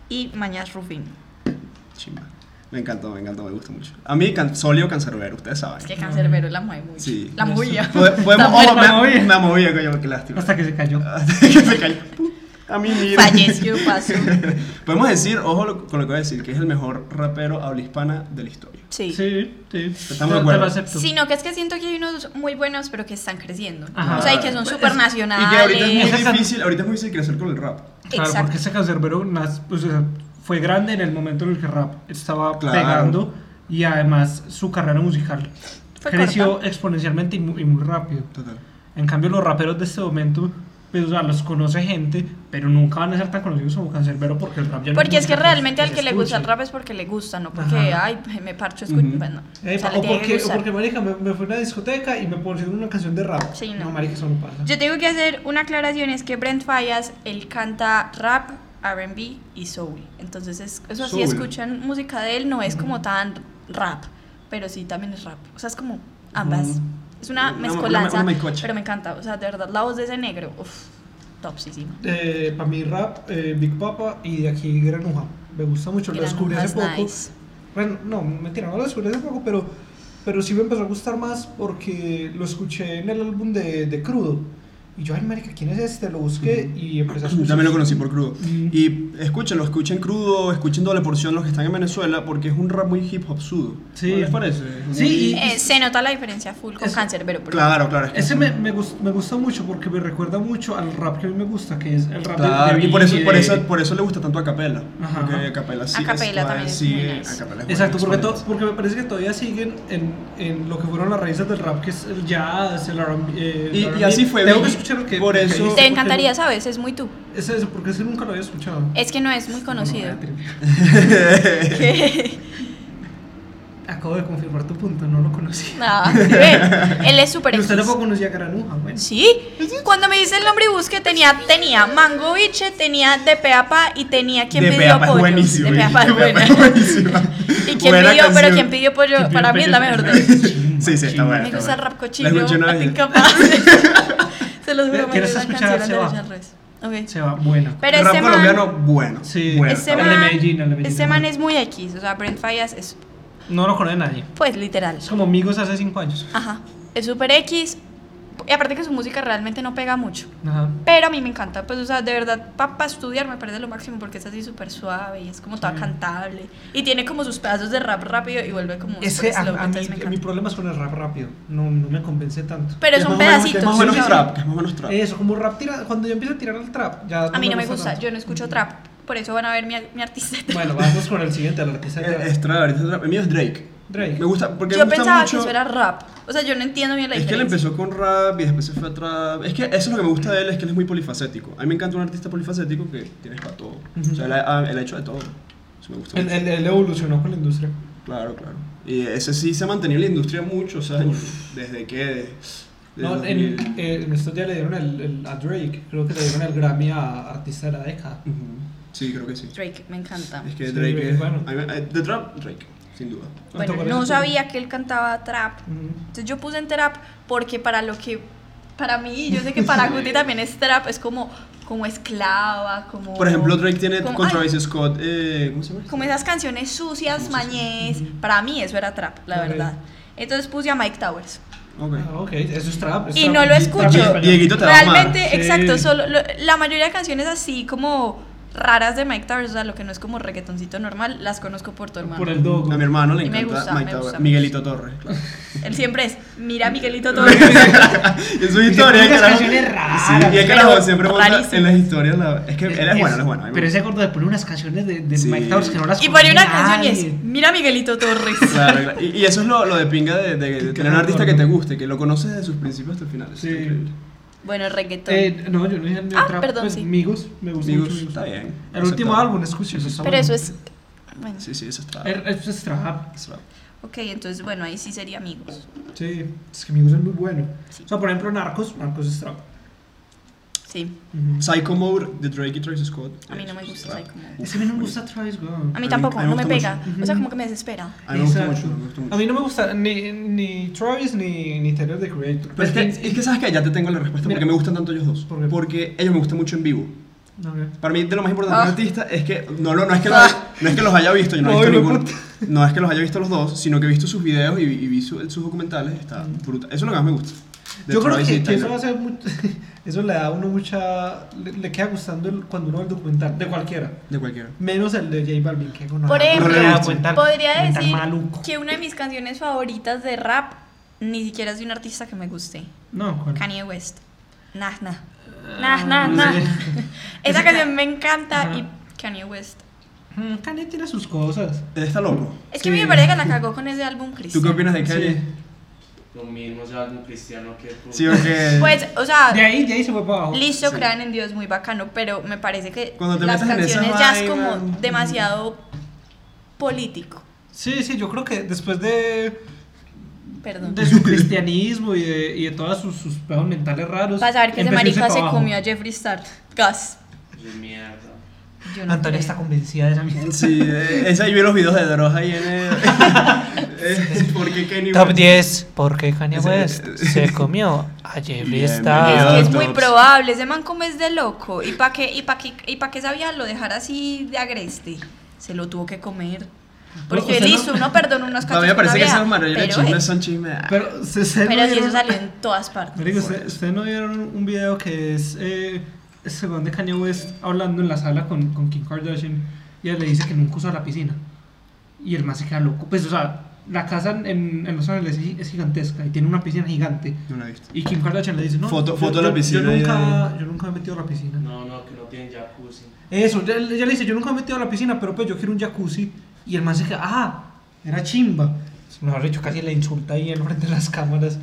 [SPEAKER 3] y Mañas Rufin.
[SPEAKER 1] Chimba. Me encantó, me encantó, me gusta mucho. A mí, can Solio Cancerbero, ustedes saben.
[SPEAKER 3] Es que Cancerbero la mueve mucho.
[SPEAKER 1] Sí.
[SPEAKER 3] La movía.
[SPEAKER 1] Pod- Podemos,
[SPEAKER 5] Está
[SPEAKER 1] ojo,
[SPEAKER 5] buena, la
[SPEAKER 1] me,
[SPEAKER 5] movía.
[SPEAKER 1] me movía, coño, qué lástima.
[SPEAKER 5] Hasta que se cayó.
[SPEAKER 1] Hasta que se cayó. Pum. A mí, mira.
[SPEAKER 3] Falleció, pasó.
[SPEAKER 1] Podemos decir, ojo lo- con lo que voy a decir, que es el mejor rapero habla hispana de la historia.
[SPEAKER 3] Sí.
[SPEAKER 5] Sí, sí.
[SPEAKER 1] Estamos de
[SPEAKER 5] Te- Te
[SPEAKER 1] acuerdo.
[SPEAKER 5] lo acepto.
[SPEAKER 3] Sino que es que siento que hay unos muy buenos, pero que están creciendo.
[SPEAKER 5] Ajá.
[SPEAKER 3] O sea, y que son
[SPEAKER 1] Pues,
[SPEAKER 3] súper nacionales.
[SPEAKER 1] Y que ahorita es muy
[SPEAKER 5] Esa can-
[SPEAKER 1] difícil, ahorita es muy difícil crecer con el rap.
[SPEAKER 5] Claro,
[SPEAKER 3] Exacto.
[SPEAKER 5] porque ese cancerbero nas- pues, o sea, fue grande en el momento en el que rap estaba
[SPEAKER 1] Claro.
[SPEAKER 5] pegando y además su carrera musical
[SPEAKER 3] Fue
[SPEAKER 5] creció
[SPEAKER 3] corta.
[SPEAKER 5] exponencialmente y mu- y muy, rápido.
[SPEAKER 1] Total.
[SPEAKER 5] En cambio, los raperos de este momento, pues, o sea, los conoce gente, pero nunca van a ser tan conocidos como cancerbero porque el rap ya no
[SPEAKER 3] Porque es que
[SPEAKER 5] música
[SPEAKER 3] realmente al
[SPEAKER 5] se
[SPEAKER 3] que le gusta el
[SPEAKER 5] escuche.
[SPEAKER 3] rap es porque le gusta, no porque,
[SPEAKER 5] Ajá.
[SPEAKER 3] ay, me parcho, escucho.
[SPEAKER 1] Ujú.
[SPEAKER 3] pues no.
[SPEAKER 2] Eh,
[SPEAKER 3] O sea, le
[SPEAKER 2] o,
[SPEAKER 3] tiene que
[SPEAKER 2] porque, o
[SPEAKER 3] gustar.
[SPEAKER 2] porque, marica, me, me fui a una discoteca y me pusieron una canción de rap.
[SPEAKER 3] Sí, no.
[SPEAKER 2] marica, eso no pasa.
[SPEAKER 3] Yo tengo que hacer una aclaración, es que Brent Fallas, él canta rap, R&B y soul. Entonces, es, eso sí
[SPEAKER 1] Soul.
[SPEAKER 3] escuchan música de él, no es como tan rap, pero sí también es rap. O sea, es como ambas.
[SPEAKER 1] Ujú.
[SPEAKER 3] Es una
[SPEAKER 1] Una- una-
[SPEAKER 3] mezcolanza,
[SPEAKER 1] una mezcocha.
[SPEAKER 3] pero me encanta. O sea, de verdad, la voz de ese negro, uff, topsísima.
[SPEAKER 2] Eh, para mí rap, eh, Big Papa y de aquí Granuja. Me gusta mucho, lo
[SPEAKER 3] Granuja
[SPEAKER 2] descubrí hace
[SPEAKER 3] es
[SPEAKER 2] poco.
[SPEAKER 3] nice.
[SPEAKER 2] Bueno, no, mentira, no lo descubrí hace poco, pero, pero sí me empezó a gustar más porque lo escuché en el álbum de, de Crudo. Y yo, ay, marica, ¿quién es este? Lo busqué y empecé a
[SPEAKER 1] Yo
[SPEAKER 2] escuchar.
[SPEAKER 1] También lo conocí por crudo.
[SPEAKER 5] Mm.
[SPEAKER 2] Ujú.
[SPEAKER 1] Y escúchenlo, escuchen crudo, escuchen doble porción los que están en Venezuela, porque es un rap muy hip hop sudo.
[SPEAKER 5] Sí.
[SPEAKER 1] ¿No les parece?
[SPEAKER 5] Sí, y-
[SPEAKER 3] Eh, se nota la diferencia full con cáncer, pero por
[SPEAKER 1] Claro, claro. es que-
[SPEAKER 5] Ese me, me, gust- me gusta mucho porque me recuerda mucho al rap que a mí me gusta, que es el rap de-
[SPEAKER 1] Claro,
[SPEAKER 5] de,
[SPEAKER 1] y por eso,
[SPEAKER 5] Biggie,
[SPEAKER 1] por,
[SPEAKER 5] de-
[SPEAKER 1] eso, por eso le gusta tanto a Capela.
[SPEAKER 5] Ajá.
[SPEAKER 1] Porque a Capela sí.
[SPEAKER 3] Acapella también es
[SPEAKER 1] sí,
[SPEAKER 3] muy nice.
[SPEAKER 1] Acapella es
[SPEAKER 5] Exacto,
[SPEAKER 1] bueno,
[SPEAKER 5] porque,
[SPEAKER 1] exponente.
[SPEAKER 5] to- porque me parece que todavía siguen en, en lo que fueron las raíces del rap, que es el jazz, el R&B. eh, el
[SPEAKER 1] Y- y
[SPEAKER 5] R&B.
[SPEAKER 1] así fue,
[SPEAKER 5] Tengo
[SPEAKER 1] Biggie.
[SPEAKER 5] que escuchar el que.
[SPEAKER 1] Por
[SPEAKER 5] el que
[SPEAKER 1] eso-
[SPEAKER 5] hizo,
[SPEAKER 3] Te
[SPEAKER 5] porque-
[SPEAKER 3] encantaría, ¿sabes? Es muy tú.
[SPEAKER 5] Es eso, porque ese nunca lo había escuchado.
[SPEAKER 3] Es que no es muy conocido.
[SPEAKER 2] No, no, Acabo de confirmar tu punto, no lo conocía.
[SPEAKER 3] Ah, sí, ve, Él es súper
[SPEAKER 2] Y usted
[SPEAKER 3] X.
[SPEAKER 2] tampoco conocía Granuja, bueno.
[SPEAKER 3] Sí, cuando me dice el nombre y busque tenía, tenía Mango Biche, tenía De Peapa y tenía quien
[SPEAKER 1] de
[SPEAKER 3] pidió
[SPEAKER 1] Peapa es
[SPEAKER 3] pollo.
[SPEAKER 1] buenísimo.
[SPEAKER 3] de Peapa es
[SPEAKER 1] De Peapa
[SPEAKER 3] buena.
[SPEAKER 1] es buenísima.
[SPEAKER 3] Y quien
[SPEAKER 1] Buena
[SPEAKER 3] pidió, pero
[SPEAKER 1] canción.
[SPEAKER 3] quien pidió pollo,
[SPEAKER 5] Chimba,
[SPEAKER 3] para mí es la
[SPEAKER 5] pero-
[SPEAKER 3] mejor de él.
[SPEAKER 1] Sí, sí, está
[SPEAKER 5] Chimba.
[SPEAKER 1] bueno.
[SPEAKER 3] Me
[SPEAKER 1] está
[SPEAKER 3] gusta el
[SPEAKER 1] bueno.
[SPEAKER 3] rap cochino,
[SPEAKER 1] La escuché una
[SPEAKER 3] hasta
[SPEAKER 1] vez.
[SPEAKER 3] incapaz. Se los juro, me
[SPEAKER 5] ¿Quieres
[SPEAKER 3] gusta la
[SPEAKER 5] escuchar?
[SPEAKER 3] canción
[SPEAKER 5] Se
[SPEAKER 3] de
[SPEAKER 5] va.
[SPEAKER 3] Richard Reyes. Ok.
[SPEAKER 5] Se va, buena.
[SPEAKER 3] Pero
[SPEAKER 1] rap
[SPEAKER 3] este
[SPEAKER 1] colombiano,
[SPEAKER 3] man,
[SPEAKER 1] bueno.
[SPEAKER 5] Sí.
[SPEAKER 1] bueno.
[SPEAKER 3] este
[SPEAKER 5] El de
[SPEAKER 3] man,
[SPEAKER 5] Medellín, el de Medellín
[SPEAKER 3] este
[SPEAKER 5] es
[SPEAKER 3] man
[SPEAKER 5] bueno.
[SPEAKER 3] es muy X, o sea, Brent Fallas es,
[SPEAKER 5] No lo conoce nadie.
[SPEAKER 3] pues, literal.
[SPEAKER 5] Es como amigos hace 5 años.
[SPEAKER 3] Ajá, es súper X, y aparte que su música realmente no pega mucho.
[SPEAKER 5] Ajá.
[SPEAKER 3] Pero a mí me encanta, pues, o sea, de verdad, para estudiar me parece lo máximo porque es así súper suave y es como toda cantable. Y tiene como sus pedazos de rap rápido y vuelve como.
[SPEAKER 2] Es
[SPEAKER 3] súper
[SPEAKER 2] que a,
[SPEAKER 3] slow,
[SPEAKER 2] a mí,
[SPEAKER 3] entonces me
[SPEAKER 2] mi
[SPEAKER 3] encanta.
[SPEAKER 2] problema es con el rap rápido. No, no me convence tanto.
[SPEAKER 3] Pero
[SPEAKER 1] Que es
[SPEAKER 3] son
[SPEAKER 1] más o menos- que
[SPEAKER 3] pedacitos.
[SPEAKER 1] Es más o
[SPEAKER 3] sí,
[SPEAKER 1] menos
[SPEAKER 3] sí.
[SPEAKER 1] trap. que es más o menos trap.
[SPEAKER 2] Eso, como rap tira, cuando yo empiezo a tirar al trap, ya.
[SPEAKER 3] A mí no me gusta,
[SPEAKER 2] tanto.
[SPEAKER 3] yo no escucho trap. Por eso van a ver mi, mi artista.
[SPEAKER 2] Bueno, vamos con el siguiente, el artista de
[SPEAKER 1] Eh,
[SPEAKER 2] trap.
[SPEAKER 1] Es trap, ahorita es trap. El mío es Drake.
[SPEAKER 2] Drake.
[SPEAKER 1] Me gusta porque
[SPEAKER 3] Yo
[SPEAKER 1] me gusta
[SPEAKER 3] pensaba
[SPEAKER 1] mucho...
[SPEAKER 3] que eso era rap. O sea, yo no entiendo bien la
[SPEAKER 1] Es que él
[SPEAKER 3] diferencia.
[SPEAKER 1] empezó con rap y después se fue a trap. Es que eso es lo que me gusta de él, es que él es muy polifacético. A mí me encanta un artista polifacético que tienes para todo. O sea, él ha, él ha hecho de todo. Eso me gusta
[SPEAKER 2] Él,
[SPEAKER 1] mucho.
[SPEAKER 2] él- él evolucionó con la industria.
[SPEAKER 1] Claro, claro. Y ese sí se ha mantenido en la industria muchos años. Desde que...
[SPEAKER 2] No,
[SPEAKER 1] Del
[SPEAKER 2] en,
[SPEAKER 1] 2000.
[SPEAKER 2] eh, en estos días le dieron el, el- a Drake, creo que le dieron el Grammy a Artista de la Década.
[SPEAKER 1] Ujú. Sí, creo que sí.
[SPEAKER 3] Drake, me encanta.
[SPEAKER 1] Es que
[SPEAKER 2] Sí,
[SPEAKER 1] Drake
[SPEAKER 2] Drake,
[SPEAKER 1] es.
[SPEAKER 2] bueno.
[SPEAKER 1] a mí me- eh, de Trap, Drake, sin duda.
[SPEAKER 2] ¿No te
[SPEAKER 3] Bueno,
[SPEAKER 2] parece
[SPEAKER 3] no
[SPEAKER 2] que-
[SPEAKER 3] sabía que él cantaba trap.
[SPEAKER 2] Ujú.
[SPEAKER 3] Entonces yo puse en trap porque para lo que para mí, y yo sé que para Guti también es trap, es como como esclava, como
[SPEAKER 1] Por ejemplo, Drake tiene
[SPEAKER 3] como-
[SPEAKER 1] con
[SPEAKER 3] ay,
[SPEAKER 1] Travis Scott. eh, ¿Cómo se llama?
[SPEAKER 3] como esas canciones sucias,
[SPEAKER 1] Como sucias.
[SPEAKER 3] mañez,
[SPEAKER 2] Ujú.
[SPEAKER 3] para mí eso era trap, la
[SPEAKER 2] Ok.
[SPEAKER 3] verdad. Entonces puse a Mike Towers.
[SPEAKER 1] Ok.
[SPEAKER 2] Ah, ok, eso es trap. es
[SPEAKER 3] Y
[SPEAKER 2] trap.
[SPEAKER 3] no lo
[SPEAKER 2] Trap
[SPEAKER 3] escucho.
[SPEAKER 2] español.
[SPEAKER 1] Dieguito te va a amar.
[SPEAKER 3] Realmente,
[SPEAKER 2] Sí.
[SPEAKER 3] exacto, solo lo- la mayoría de canciones así como raras de Mike Towers, o sea, lo que no es como reggaetoncito normal, las conozco por tu hermano.
[SPEAKER 5] Por el dogo.
[SPEAKER 1] A mi hermano le
[SPEAKER 3] Y me
[SPEAKER 1] encanta
[SPEAKER 3] gusta,
[SPEAKER 1] Mike
[SPEAKER 3] me
[SPEAKER 1] Tower-
[SPEAKER 3] gusta.
[SPEAKER 1] Miguelito Torres, claro.
[SPEAKER 3] Él siempre es, mira Miguelito Torres.
[SPEAKER 1] es su
[SPEAKER 2] Y se
[SPEAKER 1] historia.
[SPEAKER 2] pone
[SPEAKER 1] el
[SPEAKER 2] unas
[SPEAKER 1] carajo-
[SPEAKER 2] canciones raras,
[SPEAKER 1] Sí, y el
[SPEAKER 3] pero
[SPEAKER 1] carajo siempre monta
[SPEAKER 3] rarísimas.
[SPEAKER 1] en las historias. la- es que él es bueno, él es bueno. a mí me
[SPEAKER 5] Pero
[SPEAKER 1] gusta.
[SPEAKER 5] ese gordo de poner unas canciones de, de
[SPEAKER 1] Sí.
[SPEAKER 5] Mike Towers que no las
[SPEAKER 3] y ponía una
[SPEAKER 5] conoce
[SPEAKER 3] canción y
[SPEAKER 5] nadie.
[SPEAKER 3] es, mira Miguelito Torres.
[SPEAKER 1] Claro, claro. Y, y eso es lo, lo de pinga de, de- de tener un
[SPEAKER 2] carajo,
[SPEAKER 1] artista
[SPEAKER 2] ¿no?
[SPEAKER 1] que te guste, que lo conoces desde sus principios hasta el final. eso
[SPEAKER 2] Sí.
[SPEAKER 1] está increíble.
[SPEAKER 3] Bueno, reggaetón.
[SPEAKER 2] Eh, no, yo no dije
[SPEAKER 3] Ah,
[SPEAKER 2] trap.
[SPEAKER 3] perdón,
[SPEAKER 2] pues,
[SPEAKER 3] sí.
[SPEAKER 2] Migos, me gusta
[SPEAKER 1] Amigos,
[SPEAKER 2] mucho. Migos.
[SPEAKER 1] está bien.
[SPEAKER 2] El último
[SPEAKER 1] aceptable.
[SPEAKER 2] álbum, escucho.
[SPEAKER 1] Ah,
[SPEAKER 2] Eso está
[SPEAKER 3] Pero
[SPEAKER 2] bueno.
[SPEAKER 3] eso es. Bueno,
[SPEAKER 1] Sí, sí, eso está.
[SPEAKER 2] Er- Eso es trap.
[SPEAKER 1] eso está-
[SPEAKER 3] ok, entonces bueno, ahí sí sería amigos.
[SPEAKER 2] Sí, es que Migos es muy bueno.
[SPEAKER 3] Sí.
[SPEAKER 2] O sea, por ejemplo, Narcos, Narcos es trap.
[SPEAKER 3] Sí,
[SPEAKER 2] Ujú.
[SPEAKER 1] Psycho Mode de Drake y Travis Scott.
[SPEAKER 3] a mí no me
[SPEAKER 1] Eso
[SPEAKER 3] gusta
[SPEAKER 1] está-
[SPEAKER 3] Psycho Mode.
[SPEAKER 1] Uf,
[SPEAKER 2] Es que a mí no me gusta Travis Scott.
[SPEAKER 3] A mí
[SPEAKER 1] mí-
[SPEAKER 3] tampoco,
[SPEAKER 1] a mí me
[SPEAKER 3] no me
[SPEAKER 1] gusta
[SPEAKER 3] pega.
[SPEAKER 1] mucho.
[SPEAKER 3] O sea, como que me desespera.
[SPEAKER 1] A mí Ah, me gusta
[SPEAKER 2] Exacto.
[SPEAKER 1] mucho, me gusta mucho.
[SPEAKER 2] A mí no me gusta ni, ni Travis ni, ni Tyler The Creator. Pues
[SPEAKER 1] Pero es que, es que sabes que ya te tengo la respuesta
[SPEAKER 2] Este- Mira.
[SPEAKER 1] porque me gustan tanto ellos dos.
[SPEAKER 2] ¿Por qué?
[SPEAKER 1] Porque ellos me gustan mucho en vivo.
[SPEAKER 2] No, no.
[SPEAKER 1] Para mí de lo más importante de un
[SPEAKER 3] Ah.
[SPEAKER 1] artista es que no, lo- no es que los,
[SPEAKER 3] Ah.
[SPEAKER 1] no es que los haya visto, yo no he
[SPEAKER 2] Ay,
[SPEAKER 1] visto
[SPEAKER 2] me
[SPEAKER 1] ninguno.
[SPEAKER 2] puta.
[SPEAKER 1] No es que los haya visto los dos, sino que he visto sus videos y, vi- y vi su- sus documentales, está
[SPEAKER 3] Mm.
[SPEAKER 1] brutal. Eso es lo que más me gusta. de
[SPEAKER 2] Yo creo
[SPEAKER 1] Travis y
[SPEAKER 2] que, que
[SPEAKER 1] Tyler.
[SPEAKER 2] eso hace mucho, eso le da a uno mucha, le, le queda gustando el- cuando uno ve el documental de cualquiera,
[SPEAKER 1] de cualquiera.
[SPEAKER 2] menos el de J Balvin que no.
[SPEAKER 1] No le
[SPEAKER 3] Por
[SPEAKER 1] gusta.
[SPEAKER 3] ejemplo, podría
[SPEAKER 5] comentar
[SPEAKER 3] decir
[SPEAKER 5] maluco.
[SPEAKER 3] que una de mis canciones favoritas de rap ni siquiera es de un artista que me guste.
[SPEAKER 5] No, ¿cuál?
[SPEAKER 3] Kanye West. Nah, nah.
[SPEAKER 2] Ah,
[SPEAKER 3] Nah, nah, nah. Esa
[SPEAKER 5] Esa
[SPEAKER 3] canción me encanta
[SPEAKER 5] Ajá.
[SPEAKER 3] y Kanye West.
[SPEAKER 2] Mm, Kanye tiene sus cosas.
[SPEAKER 1] Él Está loco.
[SPEAKER 3] Es que a
[SPEAKER 2] Sí.
[SPEAKER 3] mí me parece que la cagó con ese álbum
[SPEAKER 1] ¿Tú qué
[SPEAKER 3] Cristian.
[SPEAKER 1] opinas de Kanye?
[SPEAKER 4] Lo mismo es algo cristiano que tú.
[SPEAKER 1] Sí, o que
[SPEAKER 3] Pues, o sea,
[SPEAKER 5] De ahí, de ahí se fue para abajo.
[SPEAKER 3] Listo,
[SPEAKER 1] Sí.
[SPEAKER 3] crean en Dios, muy bacano, pero me parece que
[SPEAKER 1] Cuando te
[SPEAKER 3] las
[SPEAKER 1] metes en mm. esas
[SPEAKER 3] canciones ya es como
[SPEAKER 1] vainas.
[SPEAKER 3] demasiado político.
[SPEAKER 2] Sí, sí, yo creo que después de,
[SPEAKER 3] Perdón.
[SPEAKER 2] de su cristianismo y de, y de todas sus, sus pedos mentales raros.
[SPEAKER 3] Para saber que ese
[SPEAKER 2] empezó a irse
[SPEAKER 3] marica
[SPEAKER 2] para
[SPEAKER 3] se
[SPEAKER 2] abajo.
[SPEAKER 3] comió a Jeffree Star. Gas.
[SPEAKER 4] De mierda.
[SPEAKER 3] Yo no
[SPEAKER 5] Antonio
[SPEAKER 3] creo.
[SPEAKER 5] está convencida de esa mierda.
[SPEAKER 1] Sí, eh, esa yo vi los videos de Dross ahí en el... eh, ¿Por qué Kanye
[SPEAKER 6] Top
[SPEAKER 1] West?
[SPEAKER 6] 10, porque Kanye
[SPEAKER 1] Ese-
[SPEAKER 6] West se comió a Jeffree
[SPEAKER 1] Bienvenido.
[SPEAKER 3] Es
[SPEAKER 2] Ah,
[SPEAKER 6] Star.
[SPEAKER 3] que es muy
[SPEAKER 1] Tops.
[SPEAKER 3] probable, ese man como es de loco. ¿Y para qué, y pa qué, y pa qué sabía lo dejar así de agreste? Se lo tuvo que comer. Porque
[SPEAKER 2] o sea,
[SPEAKER 3] listo,
[SPEAKER 2] no-
[SPEAKER 3] uno perdona unos
[SPEAKER 1] A
[SPEAKER 3] cachos.
[SPEAKER 1] mí me
[SPEAKER 3] con
[SPEAKER 1] parece
[SPEAKER 3] la
[SPEAKER 1] que
[SPEAKER 3] vieja,
[SPEAKER 1] esas maravillas de
[SPEAKER 3] pero,
[SPEAKER 1] chismes
[SPEAKER 3] eh,
[SPEAKER 1] son chismes. ah,
[SPEAKER 2] Pero se, se
[SPEAKER 3] pero sí, eso
[SPEAKER 2] vieron-
[SPEAKER 3] salió en todas partes.
[SPEAKER 2] Marico, ¿usted- ¿ustedes no vieron un video que es eh, ese weón de Kanye West hablando en la sala con, con Kim Kardashian y ella le dice que nunca usa la piscina? Y el más se queda loco. Pues, o sea, la casa en, en Los Ángeles es gi- es gigantesca y tiene una piscina gigante.
[SPEAKER 1] No la he visto.
[SPEAKER 2] Y Kim Kardashian le dice, no,
[SPEAKER 1] Foto-
[SPEAKER 2] yo-
[SPEAKER 1] foto de
[SPEAKER 2] yo-
[SPEAKER 1] la piscina
[SPEAKER 2] Yo nunca,
[SPEAKER 1] ya.
[SPEAKER 2] yo nunca me he metido a la piscina.
[SPEAKER 4] No, no, que no tienen jacuzzi.
[SPEAKER 2] Eso, ella ella le dice, yo nunca me he metido a la piscina, pero pues yo quiero un jacuzzi. Y el man se queda, ah, era chimba. Mejor dicho, casi le insulta ahí en frente de las cámaras.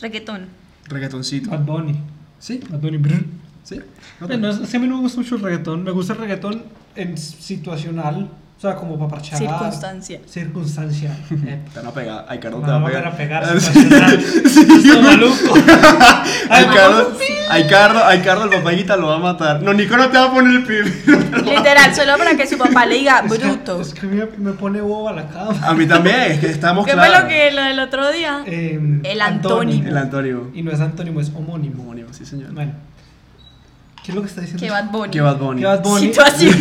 [SPEAKER 3] Reggaetón.
[SPEAKER 1] Reggaetoncito.
[SPEAKER 2] Bad Bunny.
[SPEAKER 1] ¿Sí?
[SPEAKER 2] Bad Bunny. brr.
[SPEAKER 1] ¿Sí? No,
[SPEAKER 2] Bueno, es que a mí Ah. no me gusta mucho el reggaetón. Me gusta el reggaetón en situacional, o sea, como para parchar.
[SPEAKER 3] Circunstancia.
[SPEAKER 2] Circunstancia.
[SPEAKER 1] Eh, Te van a pegar. Ay, Carlos,
[SPEAKER 2] No,
[SPEAKER 1] te va
[SPEAKER 2] no
[SPEAKER 1] a
[SPEAKER 2] van
[SPEAKER 1] pegar.
[SPEAKER 2] a pegar
[SPEAKER 1] Ah, sí.
[SPEAKER 2] situacional. Esto es maluco. Ay,
[SPEAKER 1] Ay, Carlos, ay, Carlos, ay, Carlos, el papayita lo va a matar. No, Nico no te va a poner el pibe.
[SPEAKER 3] Literal, solo para que su papá le diga,
[SPEAKER 2] es que-
[SPEAKER 3] bruto.
[SPEAKER 2] Es que me, me pone boba la cama.
[SPEAKER 1] A mí también, es que estamos
[SPEAKER 3] ¿Qué
[SPEAKER 1] claros.
[SPEAKER 3] fue lo que lo del otro día?
[SPEAKER 2] Em,
[SPEAKER 3] El antónimo.
[SPEAKER 1] El Antonio.
[SPEAKER 2] Y no es antónimo, es homónimo.
[SPEAKER 1] Homónimo, sí, señor.
[SPEAKER 2] Bueno. ¿Qué es lo que está diciendo?
[SPEAKER 3] que Bad Bunny.
[SPEAKER 1] Que Bad Bunny.
[SPEAKER 2] Que Bad Bunny.
[SPEAKER 3] Situación.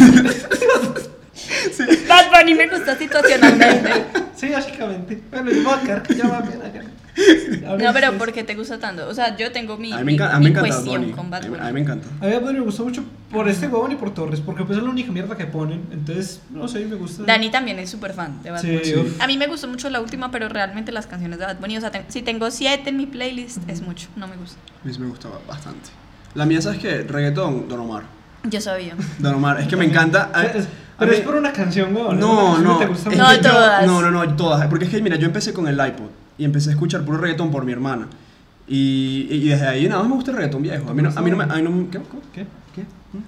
[SPEAKER 3] Bad Bunny me gusta situacionalmente.
[SPEAKER 2] Sí, básicamente. Bueno, yo me voy a quedar que ya va a ver allá.
[SPEAKER 3] No, pero
[SPEAKER 2] porque
[SPEAKER 3] ¿por qué te gusta tanto? O sea, yo tengo mi,
[SPEAKER 1] A mí me
[SPEAKER 3] mi-
[SPEAKER 1] encanta, a mí me
[SPEAKER 3] mi
[SPEAKER 1] encanta Bad
[SPEAKER 3] cuestión
[SPEAKER 1] Bunny.
[SPEAKER 3] con
[SPEAKER 1] A
[SPEAKER 3] Bad
[SPEAKER 1] mí-
[SPEAKER 3] Bunny.
[SPEAKER 1] a mí me encanta.
[SPEAKER 2] A mí Bad Bunny me gustó mucho por este huevón y por Torres, porque pues es la única mierda que ponen. Entonces, no sé, me gusta.
[SPEAKER 3] Dani también es súper fan de Bad
[SPEAKER 2] Sí,
[SPEAKER 3] Bunny.
[SPEAKER 1] Sí.
[SPEAKER 2] uf.
[SPEAKER 3] A mí me gustó mucho la última, pero realmente las canciones de Bad Bunny, o sea, ten- si tengo siete en mi playlist, es mucho, no me gusta.
[SPEAKER 1] A mí sí me gustaba bastante. La mía, ¿sabes qué? Reggaetón, Don Omar.
[SPEAKER 3] Yo sabía.
[SPEAKER 1] Don Omar, es que me encanta. a-
[SPEAKER 2] Es-
[SPEAKER 1] a
[SPEAKER 2] pero
[SPEAKER 1] mí-
[SPEAKER 2] es por una canción, huevón.
[SPEAKER 1] No,
[SPEAKER 2] es una canción
[SPEAKER 1] no.
[SPEAKER 2] que te gusta
[SPEAKER 1] es
[SPEAKER 2] mucho.
[SPEAKER 1] que yo-
[SPEAKER 3] No, todas.
[SPEAKER 1] No, no, no, todas. Porque es que, mira, yo empecé con el iPod y empecé a escuchar puro reggaetón por mi hermana. Y, y- y desde ahí nada más me gusta el reggaetón viejo. A mí no, a mí no me. a mí no me- ¿Qué? ¿Cómo?
[SPEAKER 2] ¿Qué?
[SPEAKER 1] ¿Qué? ¿Mm?